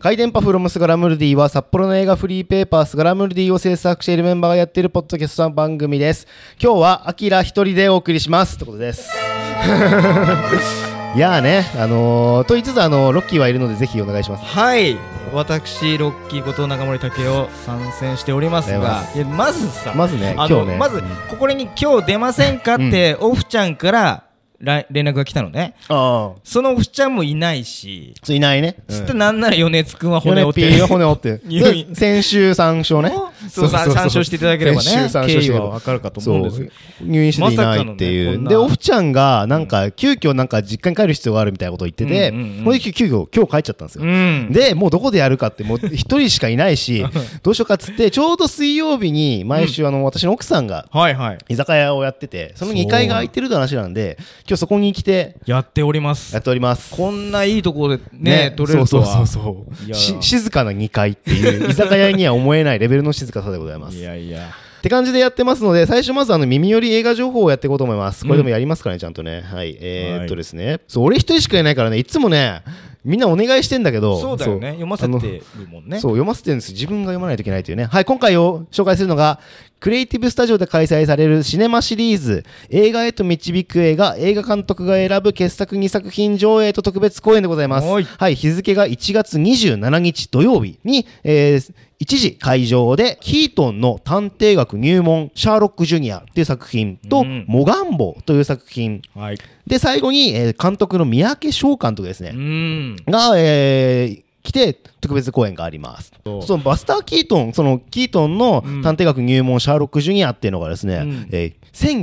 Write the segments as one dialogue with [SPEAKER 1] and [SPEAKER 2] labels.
[SPEAKER 1] 外電波フロムスガラムルディは札幌の映画フリーペーパースガラムルディを制作しているメンバーがやっているポッドキャスト番組です。今日はアキラ一人でお送りしますってことです。 いやーね、あのーと言いつつあのーロッキーはいるのでぜひお願いします。
[SPEAKER 2] はい私ロッキーこと中森武雄参戦しておりますが
[SPEAKER 1] あ
[SPEAKER 2] いやまずさ
[SPEAKER 1] まずね
[SPEAKER 2] あの
[SPEAKER 1] 今日ね
[SPEAKER 2] まず
[SPEAKER 1] うん
[SPEAKER 2] ここに今日出ませんかってオフちゃんからら連絡が来たのね
[SPEAKER 1] ああ、
[SPEAKER 2] そのオフちゃんもいないし
[SPEAKER 1] いないね。
[SPEAKER 2] つってなんなら米津くんは
[SPEAKER 1] 骨
[SPEAKER 2] 骨折
[SPEAKER 1] 折ってるよ
[SPEAKER 2] ってる
[SPEAKER 1] 骨折って
[SPEAKER 2] 入院
[SPEAKER 1] る先週参照ね
[SPEAKER 2] そうさ参照していただければね
[SPEAKER 1] 先週 参照してい
[SPEAKER 2] 経緯
[SPEAKER 1] ただけれ
[SPEAKER 2] は
[SPEAKER 1] ば
[SPEAKER 2] わかるかと
[SPEAKER 1] そ
[SPEAKER 2] 思うん
[SPEAKER 1] う
[SPEAKER 2] です
[SPEAKER 1] 入院していないっていう、
[SPEAKER 2] まさかのねこんな
[SPEAKER 1] でオフちゃんがなんか急遽なんか実家に帰る必要があるみたいなことを言ってて、
[SPEAKER 2] うんうんうん
[SPEAKER 1] これで急遽今日帰っちゃったんですよ、
[SPEAKER 2] うん
[SPEAKER 1] でもうどこでやるかってもう一人しかいない しどうしようかっつってちょうど水曜日に毎週あの私の奥さんが
[SPEAKER 2] はいはい
[SPEAKER 1] 居酒屋をやっててその2階が空いてるって話なんで今日そこに来て
[SPEAKER 2] やっております
[SPEAKER 1] やっております
[SPEAKER 2] こんないいところでね取れる
[SPEAKER 1] そ
[SPEAKER 2] とは
[SPEAKER 1] うそうそうそう
[SPEAKER 2] いや
[SPEAKER 1] し静かな2階っていう居酒屋には思えないレベルの静かさでございます
[SPEAKER 2] いやいや
[SPEAKER 1] って感じでやってますので最初まずあの耳寄り映画情報をやっていこうと思いますこれでもやりますからねちゃんとねはいえーっとですねそう俺一人しかいないからねいつもねみんなお願いしてんだけど
[SPEAKER 2] そうだよね読ませ
[SPEAKER 1] あの
[SPEAKER 2] てるもんね
[SPEAKER 1] そう読ませてるんです自分が読まないといけないというねはい今回を紹介するのがクリエイティブスタジオで開催されるシネマシリーズ映画へと導く映画映画監督が選ぶ傑作2作品上映と特別公演でございます
[SPEAKER 2] は
[SPEAKER 1] はいい、日付が1月27日土曜日に、えー一時会場でキートンの探偵学入門シャーロック・ジュニアという作品と、
[SPEAKER 2] うん
[SPEAKER 1] モガンボという作品
[SPEAKER 2] はい
[SPEAKER 1] で最後に、えー監督の三宅翔監督ですね、
[SPEAKER 2] うん
[SPEAKER 1] が、えー来て特別公演があります
[SPEAKER 2] そう
[SPEAKER 1] そのバスター・キートンそのキートンの探偵学入門シャーロック・ジュニアっていうのがですね、
[SPEAKER 2] うん
[SPEAKER 1] え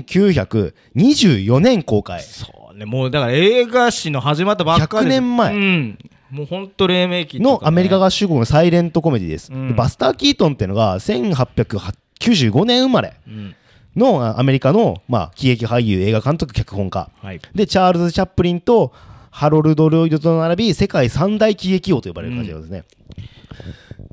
[SPEAKER 1] ー1924年公開
[SPEAKER 2] そうね、もうだから映画史の始まったばっかりです
[SPEAKER 1] 100年前
[SPEAKER 2] うん、もう本当黎明期っていうかね
[SPEAKER 1] のアメリカ合衆国のサイレントコメディです、
[SPEAKER 2] うん
[SPEAKER 1] でバスター・キートンっていうのが1895年生まれ
[SPEAKER 2] うん
[SPEAKER 1] のあアメリカの、まあ、喜劇俳優映画監督脚本家
[SPEAKER 2] はい
[SPEAKER 1] でチャールズ・チャップリンとハロルド・ロイドと並び世界三大喜劇王と呼ばれる感じなんですね、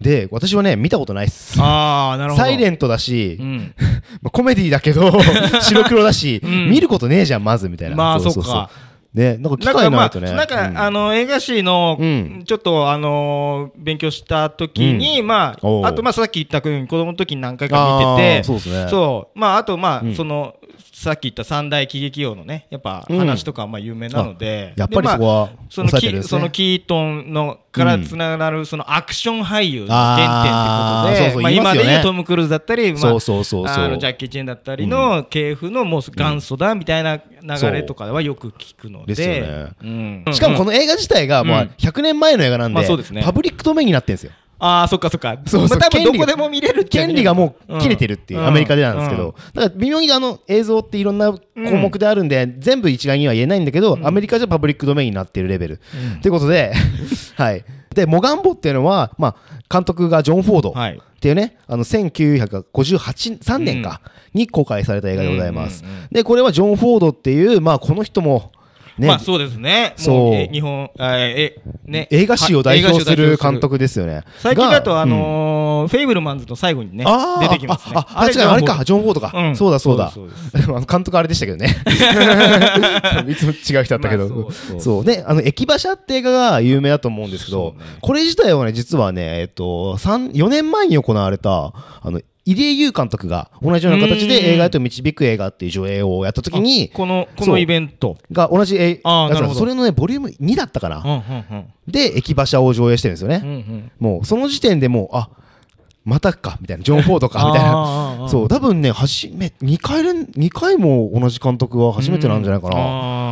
[SPEAKER 1] で私はね見たことないっす
[SPEAKER 2] ああなるほど
[SPEAKER 1] サイレ
[SPEAKER 2] ン
[SPEAKER 1] ントだし、
[SPEAKER 2] うん、
[SPEAKER 1] まあコメディだけ ど白黒だし、
[SPEAKER 2] ん
[SPEAKER 1] 見ることねえじゃんまずみたいな
[SPEAKER 2] まあ
[SPEAKER 1] ううう
[SPEAKER 2] そっか
[SPEAKER 1] ねなんか機
[SPEAKER 2] なんか
[SPEAKER 1] 会
[SPEAKER 2] ま
[SPEAKER 1] な
[SPEAKER 2] あ
[SPEAKER 1] いとね
[SPEAKER 2] なんか、あの映画史の、
[SPEAKER 1] うん
[SPEAKER 2] ちょっとあのー勉強した時に、ま
[SPEAKER 1] おう
[SPEAKER 2] ああとまあさっき言ったように子供の時に何回か
[SPEAKER 1] あ
[SPEAKER 2] 見てて
[SPEAKER 1] ーそうですね
[SPEAKER 2] そうまああとまあ、
[SPEAKER 1] うん
[SPEAKER 2] そのさっき言った三大喜劇王のねやっぱ
[SPEAKER 1] うん
[SPEAKER 2] 話とかまあ有名なので、
[SPEAKER 1] やっぱ
[SPEAKER 2] で
[SPEAKER 1] り
[SPEAKER 2] まあ
[SPEAKER 1] そこは
[SPEAKER 2] その
[SPEAKER 1] 抑え
[SPEAKER 2] キ
[SPEAKER 1] てるんです
[SPEAKER 2] そ
[SPEAKER 1] ね
[SPEAKER 2] のキートンのからつながるそのアクション俳優の
[SPEAKER 1] あー
[SPEAKER 2] 原点って
[SPEAKER 1] そうそ
[SPEAKER 2] こと
[SPEAKER 1] う
[SPEAKER 2] で、まあ
[SPEAKER 1] 言いま
[SPEAKER 2] 今
[SPEAKER 1] すよね
[SPEAKER 2] でいうトム・クルーズだったり、まあ、
[SPEAKER 1] そうそうそうそう
[SPEAKER 2] あのジャッキー・チェンだったりの系譜のもう元祖だみたいな流れとかはよく聞くの
[SPEAKER 1] で
[SPEAKER 2] で、
[SPEAKER 1] すよね
[SPEAKER 2] うん
[SPEAKER 1] しかもこの映画自体がまあ
[SPEAKER 2] うん
[SPEAKER 1] 100年前の映画なんで,、
[SPEAKER 2] まあそうですね
[SPEAKER 1] パブリックドメインになってるんですよ
[SPEAKER 2] ああそっかそっか
[SPEAKER 1] そうそう
[SPEAKER 2] まあ、多分
[SPEAKER 1] 権
[SPEAKER 2] ど
[SPEAKER 1] 利
[SPEAKER 2] こでも見れるっちゃ
[SPEAKER 1] 権利がもう切れてるっていう、アメリカでなんですけ、
[SPEAKER 2] う
[SPEAKER 1] ど、だから微妙にあの映像っていろんな項目であるんで、全部一概には言えないんだけど、アメリカじゃパブリックドメインになってるレベル。ということ で、はい。で、モガンボっていうのは、まあ、監督がジョン・フォード。
[SPEAKER 2] はい
[SPEAKER 1] っていうね、あの1958 3年か、に公開された映画でございます、でこれはジョン・フォードっていうまあこの人もね、
[SPEAKER 2] まあそうですね
[SPEAKER 1] そう
[SPEAKER 2] もうえ日本あえね
[SPEAKER 1] 映画史を代表する監
[SPEAKER 2] 督
[SPEAKER 1] 督ですよね
[SPEAKER 2] 最近だと
[SPEAKER 1] が
[SPEAKER 2] あのーフェイブルマンズの最後にね
[SPEAKER 1] あー
[SPEAKER 2] 出てきますね
[SPEAKER 1] あああ違うあれかジョン・フォードか、
[SPEAKER 2] うん
[SPEAKER 1] そうだそうだ
[SPEAKER 2] そうで
[SPEAKER 1] あの監督あれでしたけどね いつも違う人だったけど、
[SPEAKER 2] まあそう
[SPEAKER 1] そ
[SPEAKER 2] そうう
[SPEAKER 1] ねあの駅馬車って映画が有名だと思うんですけど、
[SPEAKER 2] そうね
[SPEAKER 1] これ自体はね実はねえっと三4年前に行われたあの入江優監督が同じような形
[SPEAKER 2] うーん
[SPEAKER 1] で映画へと導く映画っていう上映をやった時に
[SPEAKER 2] このこ
[SPEAKER 1] そ
[SPEAKER 2] の
[SPEAKER 1] う
[SPEAKER 2] イベント
[SPEAKER 1] が同じ映
[SPEAKER 2] あーなるほど
[SPEAKER 1] それのねボリューム2だったかな、
[SPEAKER 2] うんうんうん
[SPEAKER 1] で駅馬車を上映してるんですよね、
[SPEAKER 2] うんうん
[SPEAKER 1] もうその時点でもうあまたかみたいなジョン・フォードかみたい
[SPEAKER 2] あーあーあ
[SPEAKER 1] な
[SPEAKER 2] ー
[SPEAKER 1] そう多分ね初め2回連2回も同じ監督は初めてなんじゃないかな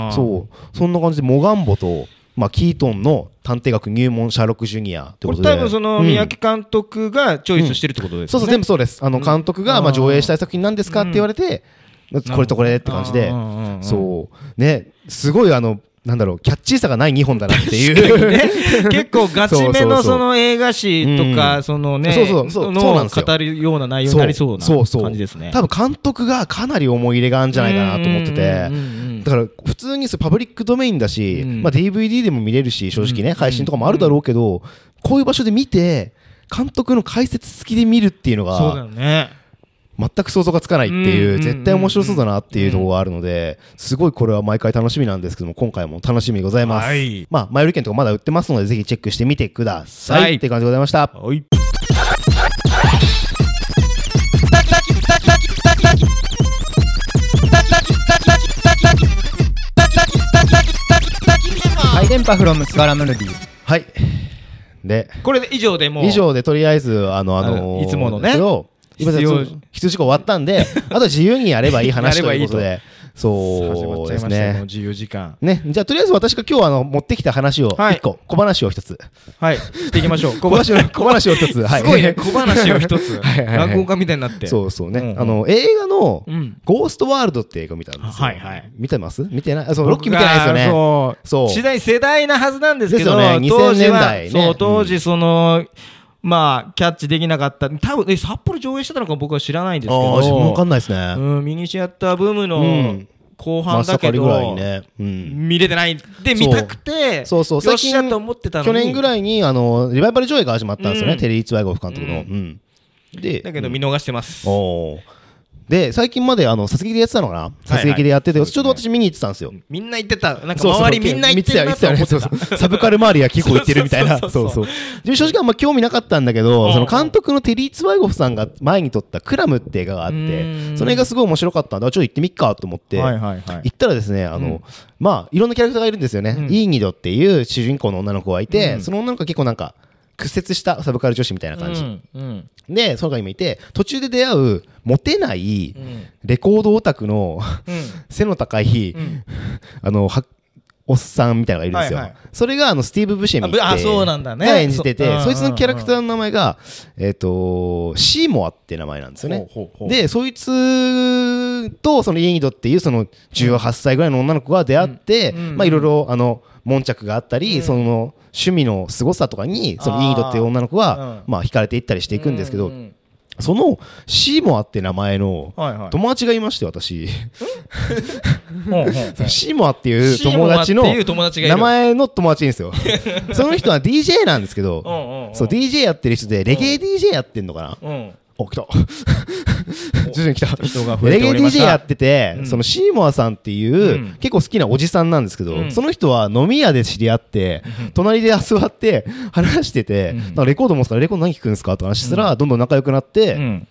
[SPEAKER 2] あー
[SPEAKER 1] そうそんな感じでモガンボと、まあ、キートンの探偵学入門シャーロック・ジュニアってこ
[SPEAKER 2] これ
[SPEAKER 1] とで
[SPEAKER 2] 多分その
[SPEAKER 1] うん
[SPEAKER 2] 三宅監督がチョイスしてるってことです
[SPEAKER 1] そうそ
[SPEAKER 2] よ
[SPEAKER 1] う
[SPEAKER 2] ね
[SPEAKER 1] 全部そうですあの監督が、まあ、
[SPEAKER 2] あー
[SPEAKER 1] 上映したい作品なんですかって言われて、これとこれって感じで
[SPEAKER 2] あーうんうんうん
[SPEAKER 1] そうねすごいあのなんだろうキャッチーさがない2本だなっていう、
[SPEAKER 2] 結構ガチめ
[SPEAKER 1] そうそうそう
[SPEAKER 2] のその映画史と
[SPEAKER 1] うん
[SPEAKER 2] かそのね
[SPEAKER 1] そうそうそうそう
[SPEAKER 2] の
[SPEAKER 1] なん
[SPEAKER 2] を
[SPEAKER 1] ですよ
[SPEAKER 2] 語るような内容になりそうな感じですね
[SPEAKER 1] 多分監督がかなり思い入れがあるんじゃないかなと思ってて
[SPEAKER 2] うんうんうんうん
[SPEAKER 1] だから普通にそうパブリックドメインだし、
[SPEAKER 2] うん
[SPEAKER 1] まあ、DVD でも見れるし正直ね配信とかもあるだろうけど、こういう場所で見て監督の解説付きで見るっていうの
[SPEAKER 2] そうだ
[SPEAKER 1] が
[SPEAKER 2] よね
[SPEAKER 1] 全く想像がつかないって
[SPEAKER 2] うんうんうん
[SPEAKER 1] いううん絶対面白そうだなっていうところがあるのですごいこれは毎回楽しみなんですけども今回も楽しみでございます、
[SPEAKER 2] はい
[SPEAKER 1] まあ前売り券とかまだ売ってますのでぜひチェックしてみてください、
[SPEAKER 2] はい
[SPEAKER 1] って感じでございました
[SPEAKER 2] はい
[SPEAKER 3] はい、電波フロムスガラムルディ。
[SPEAKER 1] はいで
[SPEAKER 2] これで以上でもう
[SPEAKER 1] 以上でとりあえずあのあの
[SPEAKER 2] あいつものね
[SPEAKER 1] それを今
[SPEAKER 2] 必要
[SPEAKER 1] 必要事項終わったん であとは自由にやればいい話
[SPEAKER 2] や
[SPEAKER 1] と
[SPEAKER 2] れば
[SPEAKER 1] い
[SPEAKER 2] いうい
[SPEAKER 1] こと
[SPEAKER 2] と
[SPEAKER 1] で
[SPEAKER 2] 始ま
[SPEAKER 1] そ
[SPEAKER 2] っ
[SPEAKER 1] う
[SPEAKER 2] ちゃ
[SPEAKER 1] で
[SPEAKER 2] い
[SPEAKER 1] す
[SPEAKER 2] ましたよ
[SPEAKER 1] ね
[SPEAKER 2] もう自由時間
[SPEAKER 1] ね、じゃあとりあえず私が今日はあの持ってきた話を
[SPEAKER 2] はい
[SPEAKER 1] 1個、小話を1つ
[SPEAKER 2] はいしていきま しょう
[SPEAKER 1] 小話を小話を1つ、 は
[SPEAKER 2] すごいね小話を一 つ
[SPEAKER 1] はいはいはい
[SPEAKER 2] 落語家みたいになって
[SPEAKER 1] そうそうね、
[SPEAKER 2] うんうん
[SPEAKER 1] あの映画の
[SPEAKER 2] うん
[SPEAKER 1] 「ゴーストワールド」って映画見たんですよ、
[SPEAKER 2] はいはい
[SPEAKER 1] 見てます見てないあそうロッキー見てないですよね
[SPEAKER 2] ね
[SPEAKER 1] そう
[SPEAKER 2] 時代世代なはずなんですけど
[SPEAKER 1] ですよね
[SPEAKER 2] 当時は
[SPEAKER 1] 2000年代ね
[SPEAKER 2] そううん当時その、まあキャッチできなかった多分え札幌上映してたのか僕は知らないんですけ
[SPEAKER 1] あ
[SPEAKER 2] ど
[SPEAKER 1] あ自分わかんないですね、
[SPEAKER 2] うん、ミニシアターブーム
[SPEAKER 1] う
[SPEAKER 2] の
[SPEAKER 1] ん真
[SPEAKER 2] 後半
[SPEAKER 1] っ
[SPEAKER 2] だ
[SPEAKER 1] 盛
[SPEAKER 2] け
[SPEAKER 1] り
[SPEAKER 2] ど、
[SPEAKER 1] ぐらいにね、うん、
[SPEAKER 2] 見れてないで
[SPEAKER 1] そう
[SPEAKER 2] 見たくて
[SPEAKER 1] そうそう
[SPEAKER 2] よっしゃと思ってたのに
[SPEAKER 1] 去年ぐらいにあのリバイバル上映が始まったんですよね、
[SPEAKER 2] うん
[SPEAKER 1] テレイ・ツワイゴフ監督の、
[SPEAKER 2] う
[SPEAKER 1] うんで
[SPEAKER 2] だけど見逃してます、
[SPEAKER 1] おーで最近まであの殺撃でやってたのかな殺撃でやってて、
[SPEAKER 2] そうですね
[SPEAKER 1] ちょうど私見に行ってたんですよ、
[SPEAKER 2] みんな言ってたなんか
[SPEAKER 1] そうそう
[SPEAKER 2] 周りみんな言ってるなと思って
[SPEAKER 1] 見てたよ見てたよそ
[SPEAKER 2] た
[SPEAKER 1] う そうサブカル周りは結構言ってるみたいな。そ
[SPEAKER 2] そう
[SPEAKER 1] そ
[SPEAKER 2] うそううそうそう
[SPEAKER 1] で正直あんま興味なかったんだけど、
[SPEAKER 2] うん
[SPEAKER 1] その監督のテリー・ツワイゴフさんが前に撮ったクラムって映画があっ
[SPEAKER 2] う
[SPEAKER 1] て
[SPEAKER 2] ー、ん
[SPEAKER 1] その映画すごい面白かったんで、あちょっと行ってみっかと思って、
[SPEAKER 2] はいはいはい
[SPEAKER 1] 行ったらですね、あの、
[SPEAKER 2] うん
[SPEAKER 1] まあ、いろんなキャラクターがいるんですよね。
[SPEAKER 2] うん
[SPEAKER 1] イーニドっていう主人公の女の子がいて、
[SPEAKER 2] うん
[SPEAKER 1] その女の子は結構なんか、屈折したサブカル女子みたいな感じ。
[SPEAKER 2] うんうん
[SPEAKER 1] で、その子が今いて、途中で出会う、モテない
[SPEAKER 2] うん
[SPEAKER 1] レコードオタクの 背の高い、
[SPEAKER 2] うん
[SPEAKER 1] あのはおっさんみたいなのがいるんですよ、
[SPEAKER 2] はいはい
[SPEAKER 1] それがあのスティーブ・ブシェミって
[SPEAKER 2] あぶあそうなんだね
[SPEAKER 1] が演じてて
[SPEAKER 2] そううん
[SPEAKER 1] そいつのキャラクターの名前が、えっとシーモアって名前なんですよね
[SPEAKER 2] ほうほうほう
[SPEAKER 1] でそいつとそのイエニドっていうその18歳ぐらいの女の子が出会って、
[SPEAKER 2] うんうん
[SPEAKER 1] まあ、いろいろあの悶着があったり、その趣味のすごさとかにそのイエニドっていう女の子が
[SPEAKER 2] う
[SPEAKER 1] まあ、惹かれていったりしていくんですけど、
[SPEAKER 2] ううん
[SPEAKER 1] そのシーモアって名前の
[SPEAKER 2] はいはい
[SPEAKER 1] 友達がいまして私。
[SPEAKER 2] ほうほうほう
[SPEAKER 1] シーモアっていう友達の
[SPEAKER 2] シーモアっていう友達がいる
[SPEAKER 1] 名前の友達いるんですよ その人は DJ なんですけ
[SPEAKER 2] うんうん
[SPEAKER 1] ど
[SPEAKER 2] うん
[SPEAKER 1] そう DJ やってる人でレゲエ DJ やってんのかな
[SPEAKER 2] うん
[SPEAKER 1] お来た徐々に来た
[SPEAKER 2] 人が増え
[SPEAKER 1] レ
[SPEAKER 2] て
[SPEAKER 1] ゲエ
[SPEAKER 2] おりました
[SPEAKER 1] DJ やってて、
[SPEAKER 2] うん
[SPEAKER 1] そのシーモアさんっていう、
[SPEAKER 2] うん
[SPEAKER 1] 結構好きなおじさんなんですけど、
[SPEAKER 2] うん
[SPEAKER 1] その人は飲み屋で知り合って、隣で座って話してて、
[SPEAKER 2] うん
[SPEAKER 1] なんかレコード持つからレコード何聴くんですかって話したら、どんどん仲良くなっ
[SPEAKER 2] う
[SPEAKER 1] て、
[SPEAKER 2] ん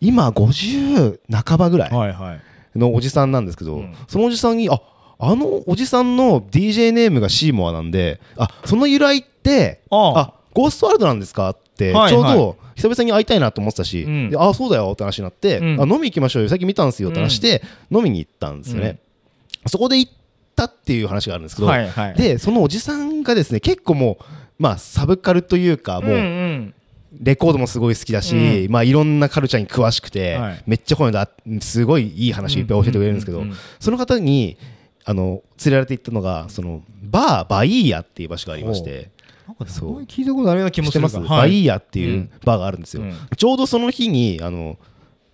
[SPEAKER 1] 今50半ばぐらい、
[SPEAKER 2] はいはい
[SPEAKER 1] のおじさんなんですけど、
[SPEAKER 2] うん
[SPEAKER 1] そのおじさんにああのおじさんの DJ ネームがシーモアなんであその由来って
[SPEAKER 2] ああ
[SPEAKER 1] ゴーストワールドなんですかって、
[SPEAKER 2] はいはい
[SPEAKER 1] ちょうど久々に会いたいなと思ってたし、
[SPEAKER 2] うん
[SPEAKER 1] であそうだよって話になって、
[SPEAKER 2] うん
[SPEAKER 1] あ飲み行きましょうよ最近見たんですよって話して、飲みに行ったんですよね、そこで行ったっていう話があるんですけど、
[SPEAKER 2] はいはい
[SPEAKER 1] でそのおじさんがですね結構もうまあサブカルというかもう、
[SPEAKER 2] んん
[SPEAKER 1] レコードもすごい好きだし、まあ、いろんなカルチャーに詳しくて、
[SPEAKER 2] はい
[SPEAKER 1] めっちゃこういうのだすごいいい話いっぱい教えてくれるんですけど、
[SPEAKER 2] うんうんうんうん
[SPEAKER 1] その方にあの連れられて行ったのがそのバーバイーヤっていう場所がありまして
[SPEAKER 2] なんかす
[SPEAKER 1] そう
[SPEAKER 2] ごい聞いたことあるような
[SPEAKER 1] 知
[SPEAKER 2] 気も
[SPEAKER 1] っ
[SPEAKER 2] す
[SPEAKER 1] て
[SPEAKER 2] る
[SPEAKER 1] ま
[SPEAKER 2] が
[SPEAKER 1] す、
[SPEAKER 2] は
[SPEAKER 1] バイ
[SPEAKER 2] い
[SPEAKER 1] ーヤっていううんバーがあるんですよ、
[SPEAKER 2] うん
[SPEAKER 1] ちょうどその日にあの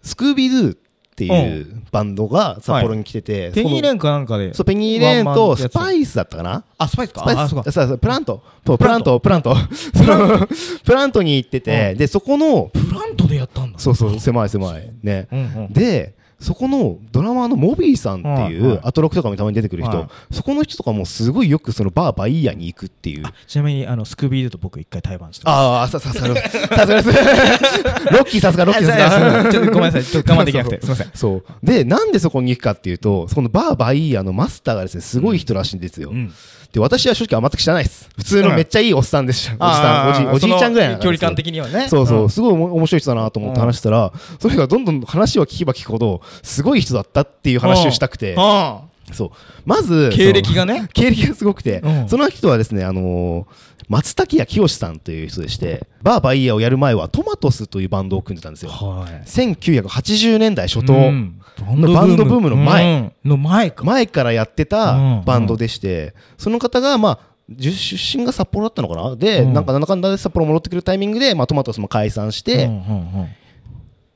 [SPEAKER 1] スクービードゥっていうバンドが札幌に来てて、
[SPEAKER 2] ペニーレー
[SPEAKER 1] ン
[SPEAKER 2] ンかなんかで
[SPEAKER 1] そうペニーレーンと
[SPEAKER 2] ワンマンや
[SPEAKER 1] ス
[SPEAKER 2] つ
[SPEAKER 1] パイスだったかな
[SPEAKER 2] あスパイスか
[SPEAKER 1] スパイス
[SPEAKER 2] あそうか
[SPEAKER 1] そうそうプラントそうプラントプラント そのプラントに行ってて、でそこの
[SPEAKER 2] プラントでやったんだ
[SPEAKER 1] そうそう、狭い狭い。ね。
[SPEAKER 2] うんうん
[SPEAKER 1] で、そこのドラマーのモビーさんってい
[SPEAKER 2] はいは
[SPEAKER 1] う
[SPEAKER 2] い
[SPEAKER 1] アトロクとかもたまに出てくる
[SPEAKER 2] は
[SPEAKER 1] 人、そこの人とかもすごいよくそのバーバイヤーに行くっていう。
[SPEAKER 2] ちなみにあのスクービードゥと僕一回対バンしてます
[SPEAKER 1] あ あ、さすが、さすがです。 ロッキーさすが、ロッキーさすが。
[SPEAKER 2] ちょっとごめんなさいちょっと我慢できなくてすいません
[SPEAKER 1] そう。で、なんでそこに行くかっていうと、そのバーバイヤーのマスターがですね、すごい人らしいんですよ。
[SPEAKER 2] うん
[SPEAKER 1] で、私は正直あんま全く知らないです。普通のめっちゃいいおっさんでした。おじさん、おじ
[SPEAKER 2] あー
[SPEAKER 1] おじいちゃんぐらいな
[SPEAKER 2] そ
[SPEAKER 1] 感
[SPEAKER 2] の距
[SPEAKER 1] じで
[SPEAKER 2] 離
[SPEAKER 1] すよ
[SPEAKER 2] 感的にはね
[SPEAKER 1] そうそう、
[SPEAKER 2] ん
[SPEAKER 1] すごいおも面白い人だなと思って話したら、それがどんどん話を聞けば聞くほどすごい人だったっていう話をしたくて、
[SPEAKER 2] あ
[SPEAKER 1] そうまず
[SPEAKER 2] ー経歴
[SPEAKER 1] が
[SPEAKER 2] がね
[SPEAKER 1] 経歴がすごくて、
[SPEAKER 2] うん
[SPEAKER 1] その人はですねあのー松滝谷清さんという人でしてバーバイヤーをやる前はトマトスというバンドを組んでたんですよ
[SPEAKER 2] はい
[SPEAKER 1] 1980年代初頭、
[SPEAKER 2] うん
[SPEAKER 1] バンドブームの前
[SPEAKER 2] うんの前か
[SPEAKER 1] 前からやって
[SPEAKER 2] う
[SPEAKER 1] た
[SPEAKER 2] ん
[SPEAKER 1] バンドでして、その方がまあ出出身が札幌だったのかなで、
[SPEAKER 2] うん
[SPEAKER 1] なんかなんだかんだで札幌戻ってくるタイミングで、まあ、トマトスも解散して、
[SPEAKER 2] うんうんうん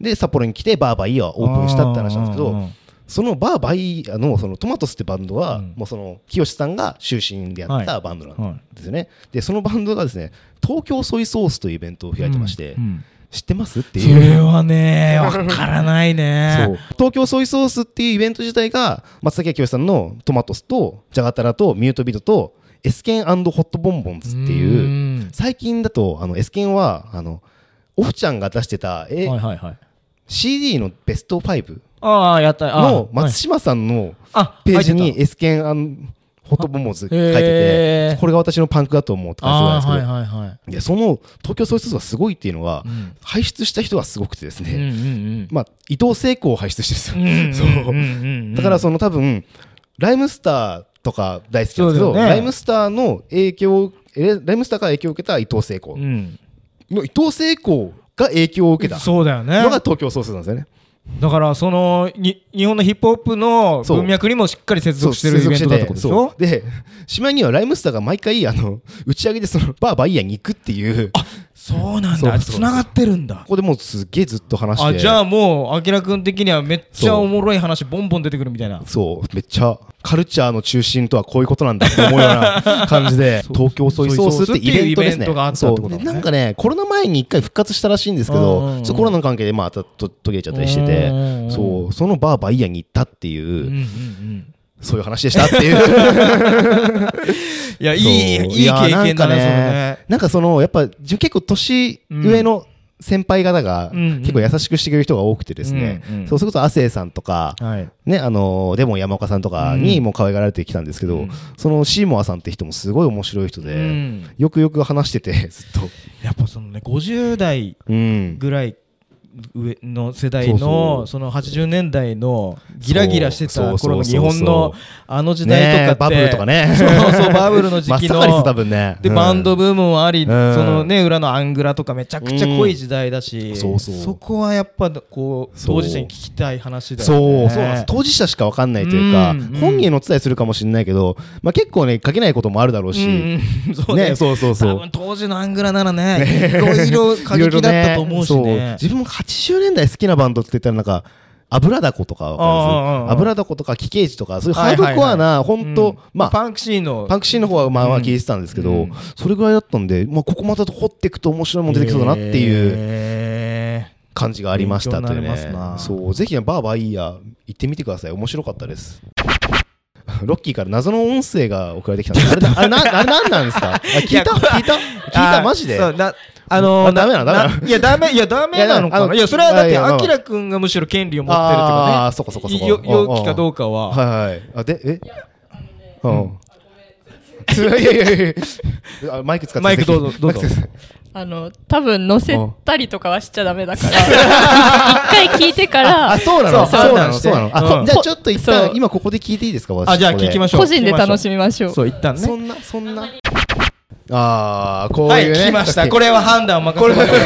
[SPEAKER 1] で札幌に来てバーバイヤーをオープンしたって話なんですけ
[SPEAKER 2] う
[SPEAKER 1] ど
[SPEAKER 2] ん
[SPEAKER 1] そのバーバイヤーのそのトマトスってバンドは、
[SPEAKER 2] うん
[SPEAKER 1] もうその清さんが終身でやっ
[SPEAKER 2] は
[SPEAKER 1] た
[SPEAKER 2] い
[SPEAKER 1] バンドなん
[SPEAKER 2] はい
[SPEAKER 1] ですよね、でそのバンドがですね東京ソイソースというイベントを開いてまして、
[SPEAKER 2] うん
[SPEAKER 1] 知ってますって
[SPEAKER 2] そ
[SPEAKER 1] いう
[SPEAKER 2] れはね、わからない
[SPEAKER 1] そ
[SPEAKER 2] ね。。
[SPEAKER 1] う東京ソイソースっていうイベント自体が松崎明さんのトマトスとジャガタラとミュートビートとエスケンホットボンボンズっていううん最近だとあのエスケンはあのオフちゃんが出してた、え
[SPEAKER 2] はいはいはい。
[SPEAKER 1] CD のベスト5
[SPEAKER 2] ああ、やった。あー
[SPEAKER 1] の松島さんの
[SPEAKER 2] はい
[SPEAKER 1] ページ
[SPEAKER 2] あ入って
[SPEAKER 1] にエスケンホットボンボンズ書いて
[SPEAKER 2] あへ
[SPEAKER 1] て
[SPEAKER 2] ー
[SPEAKER 1] これが私のパンクだと思うと
[SPEAKER 2] た
[SPEAKER 1] かそうなん
[SPEAKER 2] あ
[SPEAKER 1] ですけ
[SPEAKER 2] ー
[SPEAKER 1] ど、
[SPEAKER 2] はいはいはい。
[SPEAKER 1] でその東京ソイソースがすごいっていうのは、
[SPEAKER 2] うん
[SPEAKER 1] 輩出した人がすごくてです
[SPEAKER 2] うんう
[SPEAKER 1] ね、
[SPEAKER 2] ん
[SPEAKER 1] まあ伊藤聖子を輩出してるん
[SPEAKER 2] うん。
[SPEAKER 1] ですよ、そう
[SPEAKER 2] う
[SPEAKER 1] だから
[SPEAKER 2] そ
[SPEAKER 1] その多分ライムスターとか大好きなんですけ
[SPEAKER 2] そ
[SPEAKER 1] ど、
[SPEAKER 2] うだよね
[SPEAKER 1] ライムスターの影響をえライムスターから影響を受けた伊藤聖子
[SPEAKER 2] う、ん。
[SPEAKER 1] の伊藤聖子が影響を受けたの
[SPEAKER 2] そうだよね。
[SPEAKER 1] が東京ソースなんですよね。
[SPEAKER 2] だからそのに日本のヒップホップの
[SPEAKER 1] そう
[SPEAKER 2] 文脈にもしっかり接
[SPEAKER 1] そう
[SPEAKER 2] 続してるイベントだってことでしょ
[SPEAKER 1] 接続しててそうでしまいにはライムスターが毎回あの打ち上げでそのバーバイヤーに行くっていうこ
[SPEAKER 2] そうなん
[SPEAKER 1] そうそう
[SPEAKER 2] だ
[SPEAKER 1] そう
[SPEAKER 2] つながってるんだ
[SPEAKER 1] こでもうすっげえずっと話し
[SPEAKER 2] あ
[SPEAKER 1] て
[SPEAKER 2] じゃあもうあきらくん的にはめっちゃおもろい話ボンボン出てくるみたいな
[SPEAKER 1] そうめっちゃカルチャーの中心とはこういうことなんだって思うような感じ で
[SPEAKER 2] そう
[SPEAKER 1] 東京ソイソースってイベントです
[SPEAKER 2] そ
[SPEAKER 1] ね
[SPEAKER 2] ういうイベントがあったってことだ
[SPEAKER 1] そうで
[SPEAKER 2] ね
[SPEAKER 1] なんかねコロナ前に一回復活したらしいんですけ
[SPEAKER 2] うんうんう
[SPEAKER 1] ど
[SPEAKER 2] ん
[SPEAKER 1] そうコロナの関係でまあたと途切れちゃったりして
[SPEAKER 2] うん
[SPEAKER 1] て
[SPEAKER 2] うんうん
[SPEAKER 1] そうそのバーバイヤーに行ったっていうう、
[SPEAKER 2] んうんうん
[SPEAKER 1] そういう話でしたっていう。
[SPEAKER 2] いやいい
[SPEAKER 1] そう
[SPEAKER 2] いい
[SPEAKER 1] や
[SPEAKER 2] 経験だ
[SPEAKER 1] なんか
[SPEAKER 2] ねそれね
[SPEAKER 1] なんかそのやっぱ自分結構年上の先輩方が
[SPEAKER 2] うんうん
[SPEAKER 1] 結構優しくしてくれる人が多くてですね、
[SPEAKER 2] うんうん
[SPEAKER 1] そうそれこそ亜生さんとか、
[SPEAKER 2] はい
[SPEAKER 1] ね、あのデモン山岡さんとかにもう可愛がられてきたんですけど、
[SPEAKER 2] うん
[SPEAKER 1] そのシーモアさんって人もすごい面白い人で、
[SPEAKER 2] うん
[SPEAKER 1] よくよく話しててずっと、
[SPEAKER 2] やっぱそのね50代
[SPEAKER 1] うん、
[SPEAKER 2] ぐらい上の世代
[SPEAKER 1] そうそ
[SPEAKER 2] の
[SPEAKER 1] う
[SPEAKER 2] その80年代のギラギラして
[SPEAKER 1] そ
[SPEAKER 2] た
[SPEAKER 1] うそう
[SPEAKER 2] 頃の
[SPEAKER 1] そう
[SPEAKER 2] 日
[SPEAKER 1] そう
[SPEAKER 2] 本のあの時代とかって
[SPEAKER 1] ねえバブルとかね
[SPEAKER 2] そうそうバブルの 時
[SPEAKER 1] 真っ
[SPEAKER 2] 期
[SPEAKER 1] 盛
[SPEAKER 2] の
[SPEAKER 1] りです多分ね
[SPEAKER 2] で、
[SPEAKER 1] うん
[SPEAKER 2] バンドブームもあり、
[SPEAKER 1] ん
[SPEAKER 2] そのね裏のアングラとかめちゃくちゃ濃い時代だし、
[SPEAKER 1] んそうそう
[SPEAKER 2] こはやっぱこう
[SPEAKER 1] そう
[SPEAKER 2] 当事者に聞きたい話だよ
[SPEAKER 1] そ
[SPEAKER 2] ね
[SPEAKER 1] うそうなんです当事者しか分かんないというか、
[SPEAKER 2] うんうん
[SPEAKER 1] 本人へのお伝えするかもしれないけど、まあ、結構ね書けないこともあるだろうし、
[SPEAKER 2] うんうんそうね
[SPEAKER 1] ねそうそうそう
[SPEAKER 2] 多分当時のアングラならねいろいろ過
[SPEAKER 1] いろいろ
[SPEAKER 2] 激だった
[SPEAKER 1] ね
[SPEAKER 2] と思うし
[SPEAKER 1] そ
[SPEAKER 2] ね
[SPEAKER 1] 自分も80年代好きなバンドって言ったらなんか油だことかわかります
[SPEAKER 2] ああああ
[SPEAKER 1] 油だことかキケージとかそういうハ
[SPEAKER 2] はい
[SPEAKER 1] ー
[SPEAKER 2] はい
[SPEAKER 1] ドコ
[SPEAKER 2] はい
[SPEAKER 1] アな本当、
[SPEAKER 2] うん
[SPEAKER 1] まあ
[SPEAKER 2] パンクシーンの
[SPEAKER 1] パンクシーンの方はまあまあ聞いてたんですけど、
[SPEAKER 2] うん
[SPEAKER 1] それぐらいだったんで、まあ、ここまた掘っていくと面白いもの出てきそうだなっていう
[SPEAKER 2] へー
[SPEAKER 1] 感じがありましたという
[SPEAKER 2] 勉強にな
[SPEAKER 1] ね
[SPEAKER 2] りますな
[SPEAKER 1] そうぜひねバーバーイヤー行ってみてください面白かったです ロッキーから謎の音声が送られてきたんですあれだあれなあれ何なんですかあ聞いた
[SPEAKER 2] いやこれ
[SPEAKER 1] 聞いた聞いた
[SPEAKER 2] あー
[SPEAKER 1] マジで
[SPEAKER 2] そうなあのー
[SPEAKER 1] あダメなのダメなの
[SPEAKER 2] いやダメいやダメなのか
[SPEAKER 1] いやあ
[SPEAKER 2] な
[SPEAKER 1] の
[SPEAKER 2] いやそれはだっ
[SPEAKER 1] い
[SPEAKER 2] て
[SPEAKER 1] やいやまあ
[SPEAKER 2] あきらくんがむしろ権利を持ってると
[SPEAKER 1] あ
[SPEAKER 2] か
[SPEAKER 1] ーそっかそっかそっ
[SPEAKER 2] ね
[SPEAKER 1] か
[SPEAKER 2] よ
[SPEAKER 1] うん
[SPEAKER 2] 容
[SPEAKER 1] うん
[SPEAKER 2] 器かどうかは
[SPEAKER 1] はいはい。あ、で、え うん。いやいやいやいやあマイク使って
[SPEAKER 2] マイクどうぞどうぞ
[SPEAKER 1] マイク使って
[SPEAKER 4] あの多分載せたりとかはしちゃダメだから一回聞いてから
[SPEAKER 1] あ、そうなの
[SPEAKER 2] そう
[SPEAKER 1] そうなの
[SPEAKER 2] そう
[SPEAKER 1] そうなのあ
[SPEAKER 2] う
[SPEAKER 1] こ
[SPEAKER 2] ん
[SPEAKER 1] じゃあちょっと一
[SPEAKER 4] そ
[SPEAKER 1] 旦
[SPEAKER 4] う
[SPEAKER 1] 今ここで聞いていいですか私
[SPEAKER 2] あじゃあ
[SPEAKER 1] ここで
[SPEAKER 2] 聞きましょう
[SPEAKER 4] 個人で楽しみましょう
[SPEAKER 2] そう一旦ね
[SPEAKER 1] そんな、そんな。あー、こう
[SPEAKER 2] はい
[SPEAKER 1] いうね。
[SPEAKER 2] 聞き ましたこ
[SPEAKER 1] れ。
[SPEAKER 2] れは判断を任せてくだ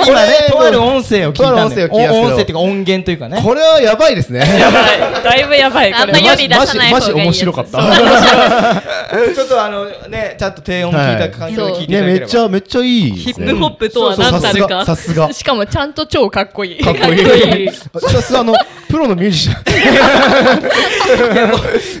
[SPEAKER 1] こ
[SPEAKER 2] い
[SPEAKER 1] れ
[SPEAKER 2] 今ねとある音声を聞いたんだ
[SPEAKER 1] とある音声を聞
[SPEAKER 2] よ
[SPEAKER 1] いたんですけど
[SPEAKER 2] お音声っていうか音源というかね
[SPEAKER 1] これはやばいですね。
[SPEAKER 4] だいぶやばいこ
[SPEAKER 5] あん
[SPEAKER 4] れ
[SPEAKER 5] ま
[SPEAKER 4] は
[SPEAKER 5] 世に出さない方がいいやつ
[SPEAKER 1] マジマジ面白かった。
[SPEAKER 2] ちょっとあのねちゃんと低音聞いた環境で聞いてい
[SPEAKER 1] ね、
[SPEAKER 2] ただけ
[SPEAKER 1] め
[SPEAKER 2] れ
[SPEAKER 1] っ
[SPEAKER 2] ば
[SPEAKER 1] ちゃ、めっちゃいいですね。
[SPEAKER 4] ヒップホップとは何たるか
[SPEAKER 1] さすがさ
[SPEAKER 4] しかもちゃんと超かっこいい
[SPEAKER 1] かっこいい。さすがあの、プロのミュージシャン。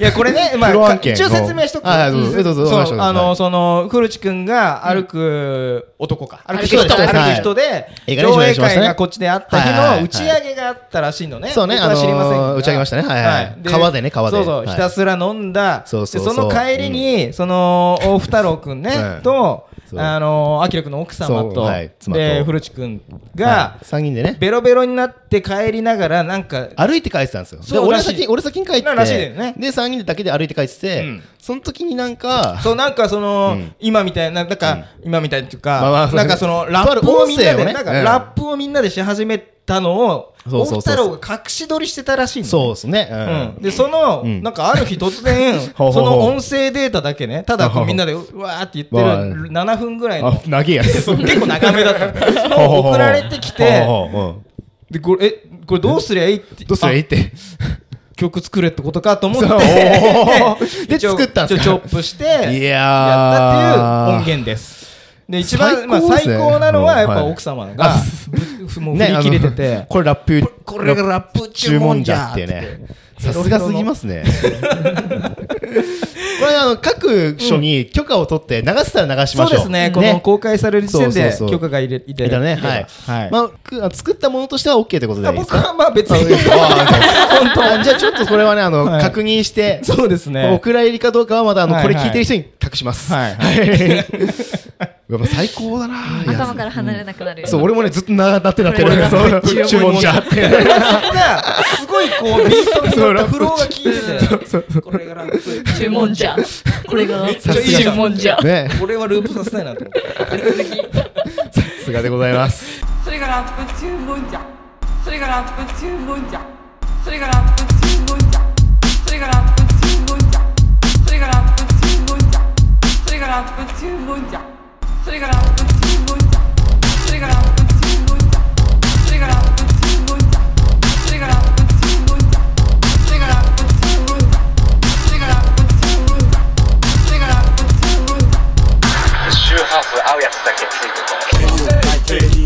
[SPEAKER 2] いやこ れね、ま
[SPEAKER 1] プロ
[SPEAKER 2] あ、
[SPEAKER 1] 案件
[SPEAKER 2] 一応説明しとく
[SPEAKER 1] あはいどうぞどうぞお願いし
[SPEAKER 2] そう
[SPEAKER 1] ますは
[SPEAKER 2] あの
[SPEAKER 1] い
[SPEAKER 2] その古地君が歩く男か歩く人
[SPEAKER 4] 歩く人
[SPEAKER 2] 歩
[SPEAKER 1] はい
[SPEAKER 2] く人で
[SPEAKER 1] 映画に紹
[SPEAKER 2] 上
[SPEAKER 1] 介
[SPEAKER 2] 映
[SPEAKER 1] しましたね
[SPEAKER 2] 会がこっちであった
[SPEAKER 1] はいはい
[SPEAKER 2] 日
[SPEAKER 1] はい
[SPEAKER 2] の打ち上げがあったらしいのね
[SPEAKER 1] そうね
[SPEAKER 2] 僕は知りません
[SPEAKER 1] あ
[SPEAKER 2] が
[SPEAKER 1] のー打ち上げましたねはいはい川でね川で
[SPEAKER 2] そうそう
[SPEAKER 1] はい
[SPEAKER 2] ひたすら飲んだ
[SPEAKER 1] そうそうそう
[SPEAKER 2] でその帰りにその大二郎君
[SPEAKER 1] は
[SPEAKER 2] ね
[SPEAKER 1] い
[SPEAKER 2] と
[SPEAKER 1] そう
[SPEAKER 2] あのー明君の奥様
[SPEAKER 1] そう
[SPEAKER 2] と
[SPEAKER 1] はい妻と
[SPEAKER 2] で古地君
[SPEAKER 1] は
[SPEAKER 2] が
[SPEAKER 1] い三人でね。
[SPEAKER 2] ベロベロになって帰りながらなんか
[SPEAKER 1] 歩いて帰ってたんですよ。で、
[SPEAKER 2] そう
[SPEAKER 1] 俺
[SPEAKER 2] らしい
[SPEAKER 1] 先、俺先に帰ってて。
[SPEAKER 2] らしいだよね
[SPEAKER 1] で、3人でだけで歩いて帰ってて、
[SPEAKER 2] うん
[SPEAKER 1] その時になんか、
[SPEAKER 2] そうなんかその、今みたいななんか、今みたいっていうか、
[SPEAKER 1] まあまあ
[SPEAKER 2] なんかそのラップをみんな
[SPEAKER 1] とある音声
[SPEAKER 2] で、
[SPEAKER 1] をね
[SPEAKER 2] なんか
[SPEAKER 1] うん
[SPEAKER 2] ラップをみんなでし始めたのを
[SPEAKER 1] そ
[SPEAKER 2] 大
[SPEAKER 1] うそうそ
[SPEAKER 2] 太
[SPEAKER 1] うそう
[SPEAKER 2] 郎が隠し撮りしてたらしいのね
[SPEAKER 1] そうですね。
[SPEAKER 2] うん、でその、
[SPEAKER 1] ん
[SPEAKER 2] なんかある日突然
[SPEAKER 1] ほうほうほ
[SPEAKER 2] そうの音声データだけねただこうみんなでうわーって言って
[SPEAKER 1] わー
[SPEAKER 2] る7分ぐらい
[SPEAKER 1] あ
[SPEAKER 2] の、
[SPEAKER 1] 長えやつ。
[SPEAKER 2] そう 結構長めだったその送られてきて
[SPEAKER 1] ほうほうほ
[SPEAKER 2] でこれえこれどうすりゃいいって
[SPEAKER 1] うどうすりゃいいって。
[SPEAKER 2] あ曲作れってことかと思っ
[SPEAKER 1] そう
[SPEAKER 2] て
[SPEAKER 1] で
[SPEAKER 2] 一応
[SPEAKER 1] 作ったんすか
[SPEAKER 2] ちょチョップして
[SPEAKER 1] いやー
[SPEAKER 2] やったっていう音源です。で一番
[SPEAKER 1] 最
[SPEAKER 2] まあ、
[SPEAKER 1] 高です
[SPEAKER 2] 最
[SPEAKER 1] ね
[SPEAKER 2] 高なのはやっ
[SPEAKER 1] は
[SPEAKER 2] ぱ
[SPEAKER 1] い
[SPEAKER 2] 奥様が
[SPEAKER 1] あ
[SPEAKER 2] ふもう振り切れてて、
[SPEAKER 1] あのこれラップ、
[SPEAKER 2] これがラップ注
[SPEAKER 1] 注
[SPEAKER 2] 文
[SPEAKER 1] 文
[SPEAKER 2] じ
[SPEAKER 1] じゃ
[SPEAKER 2] ゃっ
[SPEAKER 1] ってて
[SPEAKER 2] ね
[SPEAKER 1] ね。さすがすぎますね。これあの各所に許可を取って流したら流しま
[SPEAKER 2] そう
[SPEAKER 1] しょう。
[SPEAKER 2] ですねこの公開される時点で
[SPEAKER 1] そうそうそう
[SPEAKER 2] 許可が入れいた
[SPEAKER 1] みたいな
[SPEAKER 2] だ
[SPEAKER 1] ね、
[SPEAKER 2] いて
[SPEAKER 1] はい。
[SPEAKER 2] はい
[SPEAKER 1] まあくあ、作ったものとしては OK ってことでいいです
[SPEAKER 2] 僕
[SPEAKER 1] か
[SPEAKER 2] はまあ別
[SPEAKER 1] あいいです か
[SPEAKER 2] に
[SPEAKER 1] あじゃあちょっとこれはね、あの、
[SPEAKER 2] はい
[SPEAKER 1] 確認して、
[SPEAKER 2] そうです
[SPEAKER 1] お
[SPEAKER 2] ね
[SPEAKER 1] 蔵入りかどうかはまだ、あの、
[SPEAKER 2] はい
[SPEAKER 1] これ聞いてる人に託します。
[SPEAKER 2] はい
[SPEAKER 1] はい。 うわもう最高だなぁいや
[SPEAKER 5] 頭から離れなくなる。
[SPEAKER 1] そう、俺もね、ずっとな、なってなってる
[SPEAKER 5] これ。が
[SPEAKER 1] そう注文じゃって。
[SPEAKER 2] そんなすごいこうビートに乗ったフローが効いててこれがランク
[SPEAKER 4] 注文じゃ。これが
[SPEAKER 2] ちゃいいじ
[SPEAKER 4] 注
[SPEAKER 2] ゃん
[SPEAKER 4] 文じゃ。
[SPEAKER 1] ね、
[SPEAKER 2] これはループさせたいなと思って
[SPEAKER 1] さすがでございます。
[SPEAKER 6] それがラップ注文じゃそれがラップ注文じゃそれがラップ注文じゃそれがラップ注文じゃそれがラップ注文じゃそれがラップ注文じゃそれがラップ注文じゃそれがラップ注文じゃそれがラップ注文じゃそれがラップ注文じゃそれがラップ注文じゃそれがラップ注文じゃそれがラップ注文じゃ
[SPEAKER 7] 周波数合うやつだけついてこい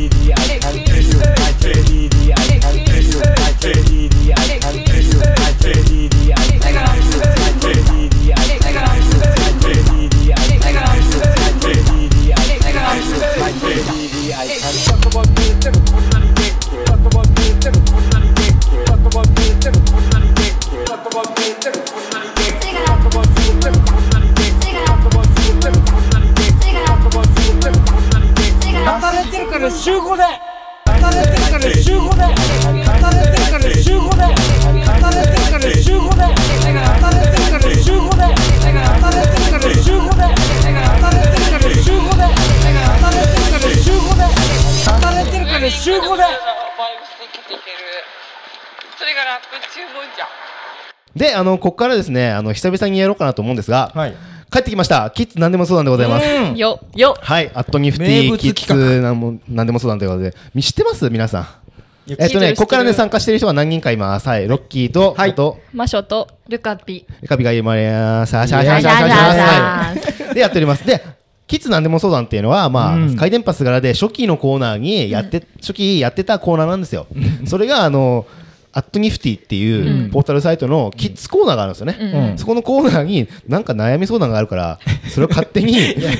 [SPEAKER 6] それがラップ注文じゃ
[SPEAKER 1] で、あの、ここからですね、あの、久々にやろうかなと思うんですが、
[SPEAKER 2] はい
[SPEAKER 1] 帰ってきました。キッズ何でも相談でございます。
[SPEAKER 4] よ、よ。
[SPEAKER 1] はい、アットニフテ
[SPEAKER 2] 名
[SPEAKER 1] ィ
[SPEAKER 2] 物
[SPEAKER 1] キ
[SPEAKER 2] 企
[SPEAKER 1] ッ
[SPEAKER 2] 画
[SPEAKER 1] ズなんもなんでも相談ということで、み知ってます皆さん。
[SPEAKER 2] いや
[SPEAKER 1] えっと
[SPEAKER 4] 知って
[SPEAKER 1] ね、
[SPEAKER 4] る
[SPEAKER 1] ここから
[SPEAKER 4] 知
[SPEAKER 1] ね、
[SPEAKER 4] ってる
[SPEAKER 1] 参加してる人は何人かいます。はい、ロッキーと、
[SPEAKER 2] はい
[SPEAKER 1] あと、
[SPEAKER 4] 魔女と、
[SPEAKER 5] ルカピ。
[SPEAKER 1] カビが言います。シャーシャーシャーシャーシャーシャーシャー はいで、やっております。で、キッズなんでも相談っていうのは、まあ、
[SPEAKER 2] うん
[SPEAKER 1] 回電波すがらで初期のコーナーにやって、初期やってたコーナーなんですよ。それが、あの、アットニフティっていうポータルサイトのキッズコーナーがあるんですよね。そこのコーナーになんか悩み相談があるから、それを勝手に、
[SPEAKER 2] いや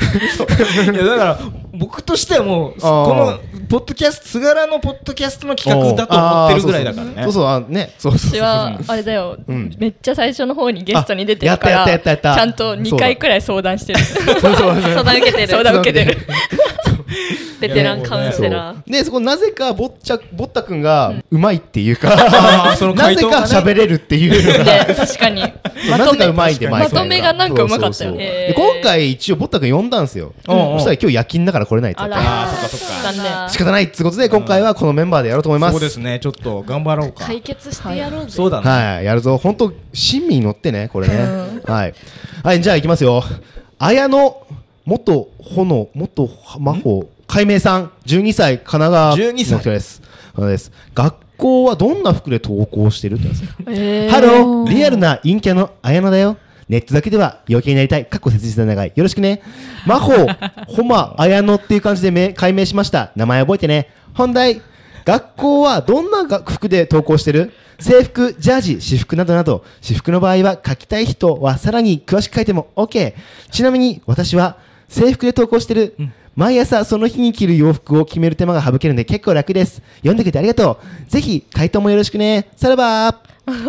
[SPEAKER 2] だから僕としてはもう
[SPEAKER 1] あ
[SPEAKER 2] このポッドキャストすがらのポッドキャストの企画だと思ってるぐらいだからね
[SPEAKER 1] そうそう、あね、そうそう
[SPEAKER 4] 私は、あれだよ、めっちゃ最初の方にゲストに出てるか
[SPEAKER 1] あや
[SPEAKER 4] ら、
[SPEAKER 1] ったやったやったやった
[SPEAKER 4] ちゃんと2回くらい相談してる。
[SPEAKER 5] 相談受けてる。
[SPEAKER 4] 相 談受けてる。
[SPEAKER 5] ベテランカウンセラー。
[SPEAKER 1] でそこなぜかぼっちゃぼったくんがうまいっていうか、
[SPEAKER 2] ーその
[SPEAKER 1] な
[SPEAKER 2] 回
[SPEAKER 1] ぜ
[SPEAKER 2] 答
[SPEAKER 1] か
[SPEAKER 2] がね
[SPEAKER 1] 喋れるっていうのが。
[SPEAKER 4] で、確かに。
[SPEAKER 1] なぜかうまいんで
[SPEAKER 2] まとめ
[SPEAKER 1] 毎回
[SPEAKER 4] まとめがなんかうまかったよ
[SPEAKER 1] そうそうそう
[SPEAKER 4] へ
[SPEAKER 1] で
[SPEAKER 4] ー
[SPEAKER 1] 今回一応ぼったくん呼んだんですよ、
[SPEAKER 2] うん
[SPEAKER 1] そしたら今日夜勤だから来れないって
[SPEAKER 4] あ
[SPEAKER 1] 言っ
[SPEAKER 4] ら
[SPEAKER 1] て
[SPEAKER 2] あーそっかそっか
[SPEAKER 4] 残念。
[SPEAKER 1] 仕方ないっつうことで今回はこのメンバーでやろうと思います
[SPEAKER 2] そうですねちょっと頑張ろうか
[SPEAKER 5] 解決してやろうぜ。
[SPEAKER 2] そうだね
[SPEAKER 1] はいやるぞ本当親身に乗ってねこれね、はい、はい、じゃあいきますよ綾野元炎元真帆海明さん12歳神奈川
[SPEAKER 2] 12歳
[SPEAKER 1] の人ですそうです学校はどんな服で登校してるって言うんですよ
[SPEAKER 4] えー
[SPEAKER 1] ハロー、リアルな陰キャの綾野だよ。ネットだけでは余計になりたい。かっこ切実な長い。よろしくね。魔法、 ホマ、綾野っていう感じでめ解明しました。名前覚えてね。本題、学校はどんなが服で登校してる制服、ジャージ、私服などなど、私服の場合は書きたい人はさらに詳しく書いても OK。ちなみに私は制服で登校してる。毎朝その日に着る洋服を決める手間が省けるので結構楽です。読んでくれてありがとう。ぜひ回答もよろしくね。さらば
[SPEAKER 4] それ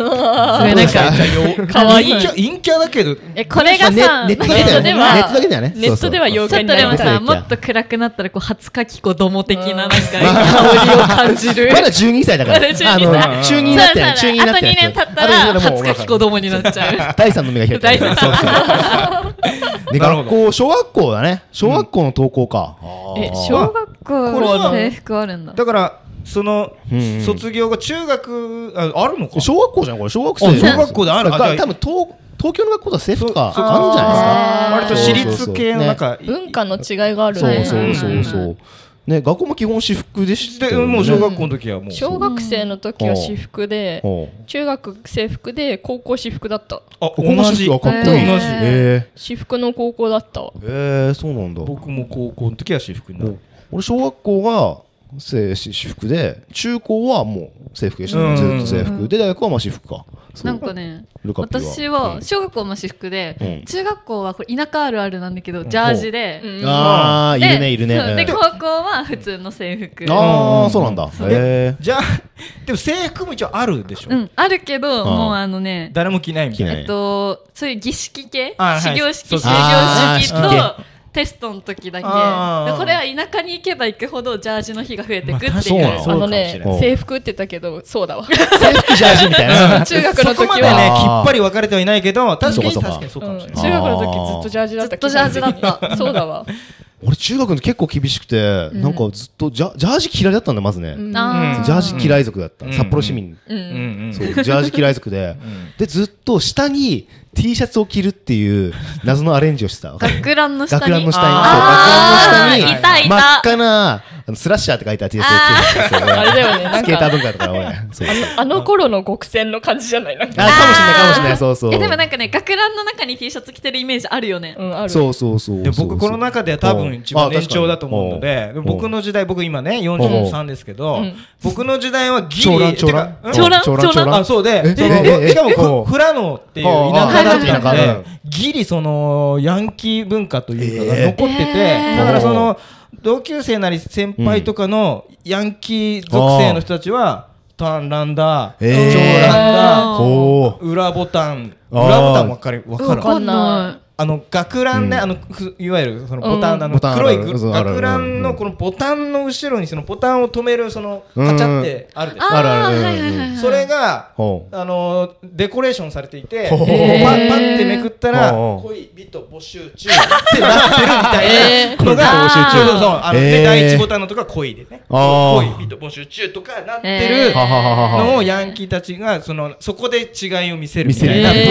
[SPEAKER 4] なんか、かわいい
[SPEAKER 2] 陰キ。ャ陰キャだけど
[SPEAKER 4] え、これがさ、
[SPEAKER 1] ネ
[SPEAKER 4] ネ
[SPEAKER 1] ットだけだよね。ネットだけだよね。
[SPEAKER 4] ネットでは
[SPEAKER 1] そうそう
[SPEAKER 4] 妖
[SPEAKER 5] ちょ
[SPEAKER 4] 怪
[SPEAKER 5] っ
[SPEAKER 4] に
[SPEAKER 5] と
[SPEAKER 4] な
[SPEAKER 5] で
[SPEAKER 4] り
[SPEAKER 5] も
[SPEAKER 4] ます。
[SPEAKER 5] さ、もっと暗くなったら、こう、初夏き子ども的 な、なんか、香りを感じる。
[SPEAKER 1] まだ12歳だから。
[SPEAKER 4] まだ12歳
[SPEAKER 1] あの中2になって
[SPEAKER 5] そ
[SPEAKER 1] な
[SPEAKER 5] う
[SPEAKER 1] い。
[SPEAKER 5] そ
[SPEAKER 1] 中
[SPEAKER 5] う
[SPEAKER 1] 2になってない。
[SPEAKER 5] あと2年経ったら
[SPEAKER 1] あと
[SPEAKER 5] 初
[SPEAKER 1] 二年
[SPEAKER 5] 夏き子どもになっちゃう。
[SPEAKER 1] 第3の目が開いてる
[SPEAKER 5] 第三
[SPEAKER 1] そうそう。で、
[SPEAKER 2] なるほ
[SPEAKER 1] 学
[SPEAKER 2] ど
[SPEAKER 1] 校、小学校だね。小学校の登校か。
[SPEAKER 4] え、小学
[SPEAKER 2] これは
[SPEAKER 5] 制服あるんだ。
[SPEAKER 2] だからその
[SPEAKER 1] うんうん
[SPEAKER 2] 卒業が中学ああるのか
[SPEAKER 1] 小学校じゃん、これ。小学
[SPEAKER 2] あ
[SPEAKER 1] 生。
[SPEAKER 2] 小学校である
[SPEAKER 1] だ
[SPEAKER 2] あ
[SPEAKER 1] か
[SPEAKER 2] じゃ
[SPEAKER 1] ら
[SPEAKER 2] あ
[SPEAKER 1] 多分、東東京の学校とは制服とか
[SPEAKER 2] そう
[SPEAKER 1] あるんじゃない
[SPEAKER 2] 割
[SPEAKER 1] ですか。
[SPEAKER 2] と私立系の中
[SPEAKER 4] 文化の違いがある
[SPEAKER 1] そう
[SPEAKER 4] ね。
[SPEAKER 1] そうそうそう。ね、学校も基本私服でし
[SPEAKER 2] でもう小学校の時はもう
[SPEAKER 4] 小学生の時は私服で、
[SPEAKER 1] 校。
[SPEAKER 4] 中学制服で、高校私服だった。
[SPEAKER 2] あ
[SPEAKER 1] ここの
[SPEAKER 2] 同
[SPEAKER 1] 私
[SPEAKER 2] じ
[SPEAKER 1] 服はかっこいい。
[SPEAKER 5] 同じ
[SPEAKER 1] え
[SPEAKER 4] 私服の高校だったわ。
[SPEAKER 1] ーえー、そうなんだ。
[SPEAKER 2] 僕も高校の時は私服にな
[SPEAKER 1] も
[SPEAKER 2] る
[SPEAKER 1] う俺小学校が制私服で中高はもう制服でした、
[SPEAKER 2] うん
[SPEAKER 1] ずっと制服で大学はまあ私服かそう
[SPEAKER 5] なんかね
[SPEAKER 1] ルカピは
[SPEAKER 5] 私
[SPEAKER 1] う
[SPEAKER 5] は
[SPEAKER 1] ん
[SPEAKER 5] 小学校も私服で、
[SPEAKER 1] うん
[SPEAKER 5] 中学校はこれ田舎あるあるなんだけどジャージで、
[SPEAKER 4] うん
[SPEAKER 1] ああい
[SPEAKER 5] で
[SPEAKER 1] るねいるね
[SPEAKER 5] そうで
[SPEAKER 1] うん
[SPEAKER 5] 高校は普通の制服
[SPEAKER 1] ああそうなんだへえ
[SPEAKER 2] じゃあでも制服も一応あるでしょ、
[SPEAKER 5] うんあるけど
[SPEAKER 1] ん
[SPEAKER 5] もうあのね
[SPEAKER 2] 誰も着ないみたいな
[SPEAKER 1] 着ない
[SPEAKER 5] えっとそういう儀式系
[SPEAKER 2] あ
[SPEAKER 5] 始業式
[SPEAKER 2] はいそ
[SPEAKER 5] 終
[SPEAKER 2] う
[SPEAKER 1] そう
[SPEAKER 5] 業式
[SPEAKER 1] あ
[SPEAKER 5] とテストの時だけで
[SPEAKER 2] あー
[SPEAKER 5] これは田舎に行けば行くほどジャージの日が増えてくっていう
[SPEAKER 2] まあ
[SPEAKER 1] そうなの
[SPEAKER 5] あ
[SPEAKER 4] あ
[SPEAKER 5] の
[SPEAKER 4] の
[SPEAKER 2] そう
[SPEAKER 4] ね
[SPEAKER 1] かもしれない
[SPEAKER 4] 制服って言ったけどそう だわ
[SPEAKER 1] 制服ジャージみたいな
[SPEAKER 4] 中学の
[SPEAKER 2] そこま
[SPEAKER 4] 時
[SPEAKER 2] でねきっ
[SPEAKER 1] あ
[SPEAKER 4] は、
[SPEAKER 1] ー
[SPEAKER 2] ぱり分かれてはいないけど確かに
[SPEAKER 1] そうか
[SPEAKER 2] 確
[SPEAKER 1] そうか
[SPEAKER 2] かにそう
[SPEAKER 4] う
[SPEAKER 2] か
[SPEAKER 4] ん
[SPEAKER 2] もし
[SPEAKER 4] 中
[SPEAKER 2] れ
[SPEAKER 4] 学
[SPEAKER 2] ない、
[SPEAKER 4] の時ずっとジャージだった
[SPEAKER 5] ずっとジャージだっ た
[SPEAKER 4] そうだわ
[SPEAKER 1] 俺中学の時結構厳しくてなんかずっとジャジャージ嫌いだったんだまずね
[SPEAKER 4] ん
[SPEAKER 5] あ
[SPEAKER 1] ジャージ嫌い族だった
[SPEAKER 2] うん
[SPEAKER 1] 札幌市民
[SPEAKER 4] う
[SPEAKER 2] うんんうん
[SPEAKER 1] そうジャージ嫌い族で
[SPEAKER 2] ん
[SPEAKER 1] でずっと下に T シャツを着るっていう謎のアレンジをしてた
[SPEAKER 5] 学ランの下
[SPEAKER 1] 学
[SPEAKER 5] に
[SPEAKER 1] ランの下にそう学ランの
[SPEAKER 5] あー
[SPEAKER 1] 下に
[SPEAKER 5] いたいた
[SPEAKER 1] 真っ赤なあのスラッシャーって書いた T シャツを着てるんですよ
[SPEAKER 4] あれだよねなんか
[SPEAKER 1] スケーター文化とか俺そうあ
[SPEAKER 4] あの頃の極戦の感じじゃないなんか、
[SPEAKER 1] かもしれないかもしれないそうそう
[SPEAKER 5] えでもなんかね学ランの中に T シャツ着てるイメージあるよね、
[SPEAKER 4] うん、ある
[SPEAKER 1] そうそうそう
[SPEAKER 2] で僕この中では多分一番年長だと思うのでで僕
[SPEAKER 1] の
[SPEAKER 2] の時代僕今ね
[SPEAKER 1] うん
[SPEAKER 2] 43ですけど
[SPEAKER 4] うん
[SPEAKER 2] 僕の時代はギリ
[SPEAKER 1] 長蘭長蘭
[SPEAKER 2] てかん
[SPEAKER 5] 長蘭
[SPEAKER 1] 長蘭
[SPEAKER 5] 長蘭
[SPEAKER 2] あそうで
[SPEAKER 1] え
[SPEAKER 2] で
[SPEAKER 1] ええ
[SPEAKER 2] しか
[SPEAKER 1] え
[SPEAKER 2] も
[SPEAKER 1] え
[SPEAKER 2] ふ富良野っていう
[SPEAKER 1] ああ
[SPEAKER 2] 田舎だった
[SPEAKER 1] ああ
[SPEAKER 2] のでギリそのヤンキー文化というかが
[SPEAKER 1] ええ
[SPEAKER 2] 残って
[SPEAKER 5] え
[SPEAKER 2] て
[SPEAKER 5] え
[SPEAKER 2] だからその同級生なり先輩とかのヤンキー属性の人たちは短ランだ長
[SPEAKER 1] ええ
[SPEAKER 2] ランだ
[SPEAKER 1] おお
[SPEAKER 2] 裏ボタン
[SPEAKER 1] ああ
[SPEAKER 2] 裏ボタン分かる分か
[SPEAKER 5] わ
[SPEAKER 2] る
[SPEAKER 5] かんな
[SPEAKER 2] あの学ランね、
[SPEAKER 1] うん
[SPEAKER 2] あのふいわゆるそのボタン、
[SPEAKER 4] うん
[SPEAKER 2] あの
[SPEAKER 1] ボタン
[SPEAKER 2] 黒い
[SPEAKER 1] あるあ
[SPEAKER 2] ぐ
[SPEAKER 1] るそうある
[SPEAKER 2] 学ラン
[SPEAKER 1] う
[SPEAKER 2] の
[SPEAKER 1] ん
[SPEAKER 2] このボタンの後ろにそのボタンを止めるその
[SPEAKER 1] うん
[SPEAKER 2] カチャってあるでしょ。
[SPEAKER 1] あるあるうん
[SPEAKER 5] ーはいはいはいはい
[SPEAKER 2] それが
[SPEAKER 1] ほう
[SPEAKER 2] あのデコレーションされていて、
[SPEAKER 1] ほう
[SPEAKER 2] パンパンってめくったら
[SPEAKER 1] ほう
[SPEAKER 2] 恋人募集中ってなってるみたいなのが
[SPEAKER 5] えー
[SPEAKER 2] そ
[SPEAKER 5] 恋人募集中
[SPEAKER 2] うそうそうあの
[SPEAKER 1] へー
[SPEAKER 2] で第一ボタンのとか恋でね
[SPEAKER 1] あー
[SPEAKER 2] 恋人募集中とかなってる
[SPEAKER 5] えーははは
[SPEAKER 2] のをヤンキーたちがそのそこで違いを見せるみたいな
[SPEAKER 1] 見
[SPEAKER 2] 文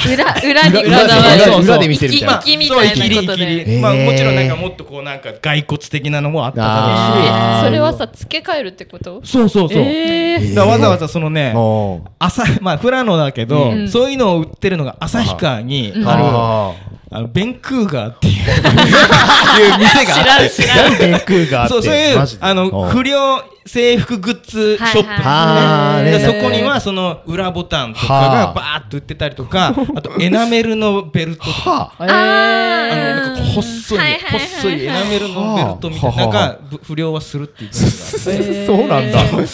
[SPEAKER 1] せる
[SPEAKER 2] 化が
[SPEAKER 5] 裏裏にこ
[SPEAKER 1] 裏
[SPEAKER 5] だわ
[SPEAKER 1] 裏
[SPEAKER 5] る
[SPEAKER 1] 裏裏で見せるみたいな
[SPEAKER 5] 生きみたいなこと
[SPEAKER 2] そう生きり生き
[SPEAKER 5] で
[SPEAKER 2] り
[SPEAKER 1] へー
[SPEAKER 2] まあもちろんなんかもっとこうなんか骸骨的なのもあっただろうし
[SPEAKER 1] あー
[SPEAKER 4] それはさ付け替えるってこと
[SPEAKER 2] そうそうそう、
[SPEAKER 4] え
[SPEAKER 2] だからわざわざそのね
[SPEAKER 1] お
[SPEAKER 2] 朝まあ富良野だけど、
[SPEAKER 5] うん
[SPEAKER 2] そういうのを売ってるのが旭川に
[SPEAKER 1] ー
[SPEAKER 2] ある、
[SPEAKER 1] あ
[SPEAKER 2] あのベンクーガーっていう
[SPEAKER 1] ーいう店があって
[SPEAKER 5] 知
[SPEAKER 1] なんで空があって
[SPEAKER 2] そうそういう
[SPEAKER 1] マジで
[SPEAKER 2] あ
[SPEAKER 1] お
[SPEAKER 2] の
[SPEAKER 1] う
[SPEAKER 2] 不良制服グッズショップ、
[SPEAKER 5] はいはい
[SPEAKER 1] あーね
[SPEAKER 2] でそこにはその裏ボタンとか
[SPEAKER 1] はあ
[SPEAKER 2] がバーッと売ってたりとかあとエナメルのベルトとか
[SPEAKER 1] はあ
[SPEAKER 4] あ
[SPEAKER 5] あー
[SPEAKER 2] あのなんかこう細い、
[SPEAKER 5] はいはいはいはい
[SPEAKER 2] 細いエナメルのベルトみたいな、なんかぶ不良はするっていう感じがあっ て。
[SPEAKER 1] そうなんだとか
[SPEAKER 2] とか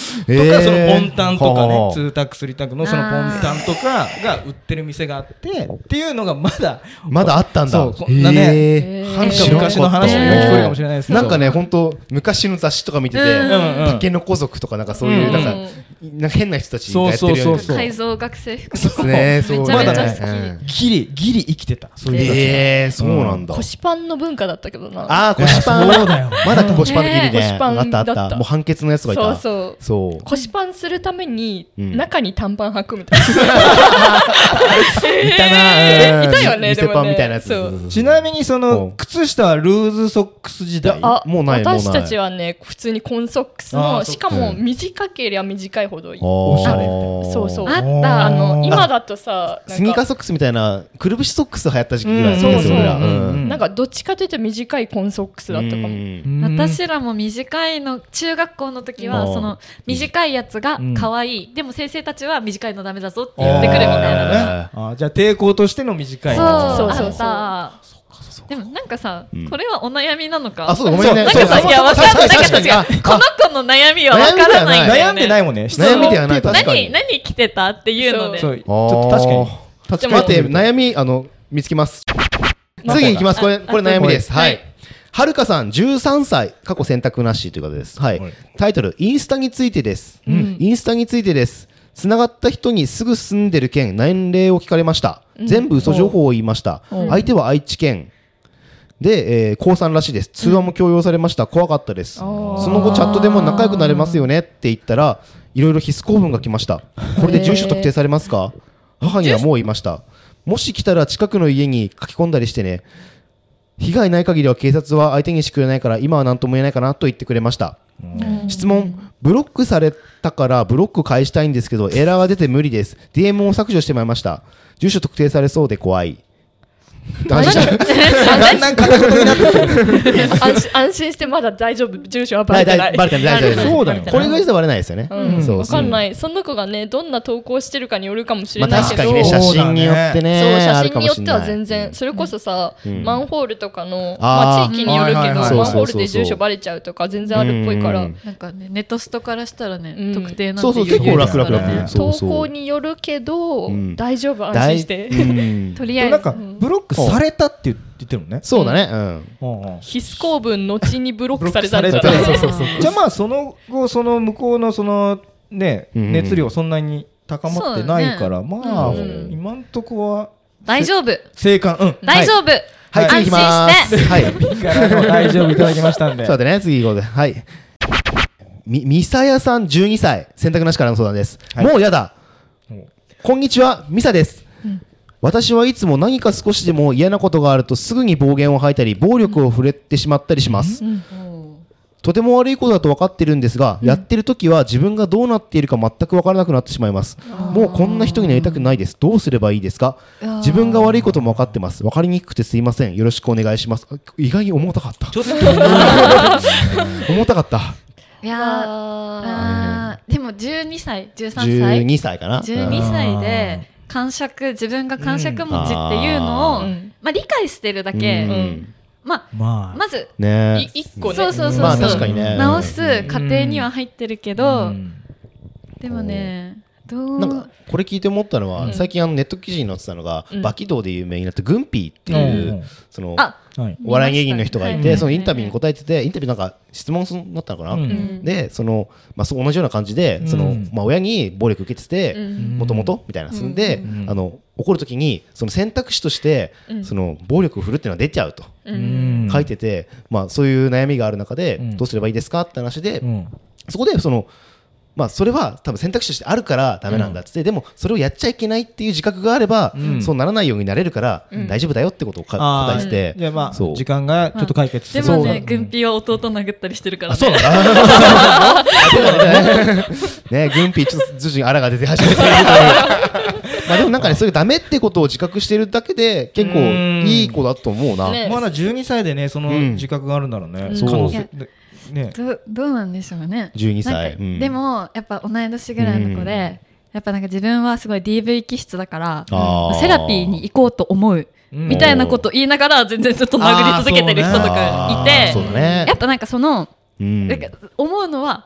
[SPEAKER 2] そのボンタンとかね、ツ
[SPEAKER 1] へ
[SPEAKER 2] ータックスリータックのそのボンタンとかが売ってる店があってっていうのがまだ
[SPEAKER 1] まだあったんだ
[SPEAKER 2] そうこんなね
[SPEAKER 1] へー
[SPEAKER 2] はるか
[SPEAKER 1] 知らなかった
[SPEAKER 2] 昔の話に聞こえるかもしれないですけど
[SPEAKER 1] なんかね本当昔の雑誌とか見て
[SPEAKER 5] う
[SPEAKER 1] て
[SPEAKER 5] ん
[SPEAKER 2] うんうん
[SPEAKER 1] 竹の子族とかなんかそういうなんかなんか変な人たちがやってるような
[SPEAKER 2] そう
[SPEAKER 5] 改造学生服
[SPEAKER 1] そうねそう
[SPEAKER 5] めちゃめちゃ好き
[SPEAKER 1] うん
[SPEAKER 2] ギリギリ生きてたそういう人たち
[SPEAKER 1] ええそうなんだ
[SPEAKER 4] 腰パンの文化だったけどな
[SPEAKER 1] ああ腰パン
[SPEAKER 2] そうだよ
[SPEAKER 1] まだ腰パンのギリ
[SPEAKER 4] ね
[SPEAKER 1] ね
[SPEAKER 4] 腰パン
[SPEAKER 1] あったあっ
[SPEAKER 4] だったた
[SPEAKER 1] もう判決のやつがい
[SPEAKER 4] そう
[SPEAKER 1] たう
[SPEAKER 4] そう
[SPEAKER 1] そう
[SPEAKER 4] 腰パンするために
[SPEAKER 1] うん
[SPEAKER 4] 中に短パン履くみたいな
[SPEAKER 1] いたなうん
[SPEAKER 4] いたよね
[SPEAKER 1] 店
[SPEAKER 4] で
[SPEAKER 1] パ
[SPEAKER 4] も
[SPEAKER 1] ン
[SPEAKER 4] ね
[SPEAKER 1] みたいなやつ
[SPEAKER 4] そう
[SPEAKER 2] ちなみにそ
[SPEAKER 1] うん
[SPEAKER 2] の靴下はルーズソックス時代
[SPEAKER 1] あもうないもうない
[SPEAKER 4] 私たちはね普通にコンソックス
[SPEAKER 2] あ
[SPEAKER 4] の
[SPEAKER 2] ーそっ
[SPEAKER 4] し
[SPEAKER 2] か
[SPEAKER 4] かも短ければ短いほどいい
[SPEAKER 1] おしゃれ
[SPEAKER 4] そうそう
[SPEAKER 5] あっ
[SPEAKER 4] あ
[SPEAKER 5] た
[SPEAKER 4] の
[SPEAKER 2] あ
[SPEAKER 4] 今だとさ
[SPEAKER 1] スニーカーソックスみたいなくるぶしソックス流行った時期ぐらい
[SPEAKER 4] う
[SPEAKER 1] で
[SPEAKER 4] ん
[SPEAKER 1] すよ俺ら
[SPEAKER 4] そうそう
[SPEAKER 1] うん
[SPEAKER 4] なんかどっちかというと短いコンソックスだったかも
[SPEAKER 1] うん
[SPEAKER 5] 私らも短いの中学校の時は
[SPEAKER 1] うん
[SPEAKER 5] その短いやつが
[SPEAKER 2] ん
[SPEAKER 5] 可愛いでも先生たちは短いのダメだぞって言ってくるみたいなのが
[SPEAKER 1] な
[SPEAKER 2] あじゃあ抵抗としての短い
[SPEAKER 5] そう
[SPEAKER 4] そうそうそう
[SPEAKER 5] あったでもなんかさこれはお悩みなのか
[SPEAKER 1] あそうだごめんね
[SPEAKER 5] なん
[SPEAKER 1] そう
[SPEAKER 5] か
[SPEAKER 1] だ
[SPEAKER 5] さ
[SPEAKER 1] そう
[SPEAKER 5] い
[SPEAKER 1] だ
[SPEAKER 5] やわかんない
[SPEAKER 1] 確か
[SPEAKER 5] な
[SPEAKER 1] に
[SPEAKER 5] んか違うこの子の悩みはわからないんだよ
[SPEAKER 2] 悩ん
[SPEAKER 5] ね
[SPEAKER 2] でないもんね質問
[SPEAKER 1] 悩みではない確かに
[SPEAKER 5] 何何着てたっていうので
[SPEAKER 2] そうち
[SPEAKER 1] あー
[SPEAKER 2] ょっと確かに
[SPEAKER 1] 確
[SPEAKER 4] かに
[SPEAKER 1] 待って悩みあの見つけます次行きますこれこれ悩みですはいはるかさん13歳過去選択なしということですはい
[SPEAKER 2] はい
[SPEAKER 1] タイトルインスタについてですインスタについてですつながった人にすぐ住んでる県年齢を聞かれました全部嘘情報を言いました相手は愛知県で、えー、高3らしいです通話も強要されました、怖かったですその後チャットでも仲良くなれますよねって言ったらいろいろ必須公文が来ましたこれで住所特定されますか母にはもう言いましたもし来たら近くの家に書き込んだりしてね被害ない限りは警察は相手にしてくれないから今は何とも言えないかなと言ってくれました質問ブロックされたからブロック返したいんですけどエラーが出て無理です DM を削除してまいりました住所特定されそうで怖い安心して
[SPEAKER 2] だんだん片言になってくる。
[SPEAKER 4] 安心安心してまだ大丈夫住所はバ
[SPEAKER 1] は
[SPEAKER 4] レ
[SPEAKER 1] い
[SPEAKER 4] て
[SPEAKER 1] 大
[SPEAKER 4] な
[SPEAKER 1] 丈夫
[SPEAKER 4] い
[SPEAKER 1] バレてない大丈夫
[SPEAKER 5] そう
[SPEAKER 1] だ
[SPEAKER 5] よ
[SPEAKER 1] これぐらいじゃバレないですよね
[SPEAKER 4] うん
[SPEAKER 1] そう
[SPEAKER 4] わ
[SPEAKER 1] そう
[SPEAKER 4] かんないその子がねどんな投稿してるかによるかもし
[SPEAKER 1] ま
[SPEAKER 4] れ
[SPEAKER 1] あ
[SPEAKER 4] ないけ
[SPEAKER 1] 確
[SPEAKER 4] ど
[SPEAKER 1] かにね写真によって
[SPEAKER 4] そう
[SPEAKER 1] ねあ
[SPEAKER 4] 写
[SPEAKER 1] るか
[SPEAKER 4] 真に
[SPEAKER 1] も
[SPEAKER 4] よ
[SPEAKER 1] し
[SPEAKER 4] っ
[SPEAKER 1] れ
[SPEAKER 4] ては
[SPEAKER 1] ない
[SPEAKER 4] 全然それこそさ、
[SPEAKER 1] ん
[SPEAKER 4] マンホールとかの、
[SPEAKER 1] あー
[SPEAKER 4] まあ、地域による
[SPEAKER 2] は
[SPEAKER 4] け
[SPEAKER 2] い
[SPEAKER 4] ど、
[SPEAKER 2] はいはい
[SPEAKER 4] マンホールで住所バレちゃうとか全然あるっぽいから、
[SPEAKER 1] うん
[SPEAKER 5] なんかねネットストからしたらね、
[SPEAKER 4] うん
[SPEAKER 5] 特定なんて
[SPEAKER 1] そうそう
[SPEAKER 5] 余
[SPEAKER 1] 結
[SPEAKER 5] 裕
[SPEAKER 1] 構
[SPEAKER 5] です
[SPEAKER 1] 楽
[SPEAKER 5] から
[SPEAKER 1] 々
[SPEAKER 5] ね
[SPEAKER 1] だよそう
[SPEAKER 4] 投
[SPEAKER 1] そう
[SPEAKER 4] 稿によるけど、
[SPEAKER 1] うん
[SPEAKER 4] 大丈夫安心して、
[SPEAKER 1] 大うん
[SPEAKER 5] とりあ
[SPEAKER 2] で
[SPEAKER 5] え
[SPEAKER 2] もな
[SPEAKER 5] ず
[SPEAKER 2] んか、ブロックされたって言ってるのね。
[SPEAKER 1] そうだねうん
[SPEAKER 2] うんうん
[SPEAKER 4] 必須公文後にブロッ
[SPEAKER 2] ブロ
[SPEAKER 4] ク
[SPEAKER 2] ッ
[SPEAKER 4] さ
[SPEAKER 2] ク
[SPEAKER 4] れた
[SPEAKER 2] さ
[SPEAKER 4] ん
[SPEAKER 2] れ
[SPEAKER 4] じゃ
[SPEAKER 2] た
[SPEAKER 4] ない
[SPEAKER 2] そうそうそう じゃあまあその後その向こうのそのね
[SPEAKER 1] うんうん
[SPEAKER 2] 熱量そんなに高まってないからまあ
[SPEAKER 1] うん
[SPEAKER 2] 今んとこは
[SPEAKER 5] 大丈夫
[SPEAKER 2] 生還うん
[SPEAKER 5] 大丈夫、
[SPEAKER 1] はい次
[SPEAKER 5] 安
[SPEAKER 1] 行き
[SPEAKER 5] 心
[SPEAKER 1] ま
[SPEAKER 5] し
[SPEAKER 1] す
[SPEAKER 5] て
[SPEAKER 1] はい
[SPEAKER 2] からでも大丈夫いただきましたんで
[SPEAKER 1] ちょっと待ってね、次行こうぜ。はい。み、みさやさん12歳、選択なしからの相談です。
[SPEAKER 2] はい
[SPEAKER 1] もうやだ
[SPEAKER 2] ん。
[SPEAKER 1] こんにちは、みさです。私はいつも何か少しでも嫌なことがあるとすぐに暴言を吐いたり暴力を振れてしまったりします、とても悪いことだと分かってるんですが、やってる時は自分がどうなっているか全く分からなくなってしまいますもうこんな人になりたくないですどうすればいいですか自分が悪いことも分かってます分かりにくくてすいませんよろしくお願いしますあ意外に重たかった
[SPEAKER 2] ちょっと
[SPEAKER 1] 重たかった
[SPEAKER 5] いやー
[SPEAKER 4] あ
[SPEAKER 5] あーでも12歳13歳
[SPEAKER 1] 12歳かな
[SPEAKER 5] 12歳で感触自分が感触持ちっていうのを、
[SPEAKER 4] うんうん
[SPEAKER 5] まあ、理解してるだ
[SPEAKER 1] う
[SPEAKER 5] け、
[SPEAKER 1] ん
[SPEAKER 5] まあ
[SPEAKER 2] まあ
[SPEAKER 5] まず
[SPEAKER 4] ー
[SPEAKER 1] ね
[SPEAKER 4] い一個ね
[SPEAKER 5] そうそうそうそう、
[SPEAKER 1] まあ確かにね
[SPEAKER 5] 直す過程には入ってるけど、でもねどう
[SPEAKER 1] なんかこれ聞いて思ったのは、最近あのネット記事に載ってたのが、バキ道で有名になったグンピーっていう、
[SPEAKER 2] うん
[SPEAKER 1] その
[SPEAKER 5] あ
[SPEAKER 2] はい
[SPEAKER 1] お笑い芸人の人がい
[SPEAKER 5] 見
[SPEAKER 1] て、
[SPEAKER 5] ました
[SPEAKER 1] そのインタビューに答えててインタビューなんか質問になったのかな、
[SPEAKER 2] うん
[SPEAKER 1] でその、まあ、そう同じような感じで、そうの
[SPEAKER 2] ん
[SPEAKER 1] まあ、親に暴力受けてて、
[SPEAKER 5] うん
[SPEAKER 1] もともとみたいな、そんで、
[SPEAKER 2] ん
[SPEAKER 1] あの怒るときにその選択肢として、その暴力を振るっていうのは出ちゃうと、
[SPEAKER 2] うん
[SPEAKER 1] 書いてて、まあ、そういう悩みがある中で、
[SPEAKER 2] うん
[SPEAKER 1] どうすればいいですかって話で、
[SPEAKER 2] うん
[SPEAKER 1] そこでそのまあそれは多分選択肢としてあるからダメなんだっつって、でもそれをやっちゃいけないっていう自覚があれば、
[SPEAKER 2] うん
[SPEAKER 1] そうならないようになれるから大丈夫だよってことをか、
[SPEAKER 2] あ
[SPEAKER 1] 答え
[SPEAKER 2] ー
[SPEAKER 1] てて、
[SPEAKER 2] じゃあまあ
[SPEAKER 1] そう
[SPEAKER 2] 時間がちょっと解決す
[SPEAKER 5] で
[SPEAKER 2] る
[SPEAKER 5] もね軍ピは弟殴ったりしてるから
[SPEAKER 1] あ
[SPEAKER 5] ね
[SPEAKER 1] そうなんだね軍備ちょっと徐々にあらが出て始めてる けどまあでもなんかねそういうダメってことを自覚してるだけで結構
[SPEAKER 2] うん
[SPEAKER 1] いい子だと思うな、
[SPEAKER 4] ね
[SPEAKER 2] まだ12歳でねその
[SPEAKER 1] うん
[SPEAKER 2] 自覚があるんだろうね
[SPEAKER 1] そう
[SPEAKER 2] 可能性でね
[SPEAKER 5] どうどうなんでしょうね
[SPEAKER 1] 12歳
[SPEAKER 5] なんか
[SPEAKER 1] うん
[SPEAKER 5] でもやっぱ同い年ぐらいの子で、やっぱなんか自分はすごい DV 気質だから
[SPEAKER 1] あー
[SPEAKER 5] セラピーに行こうと思うみたいなこと言いながら全然ずっと殴り続けてる人とかい
[SPEAKER 1] あー
[SPEAKER 5] て、
[SPEAKER 1] そうだね
[SPEAKER 5] やっぱなんかその、
[SPEAKER 1] うん
[SPEAKER 5] なんか思うのは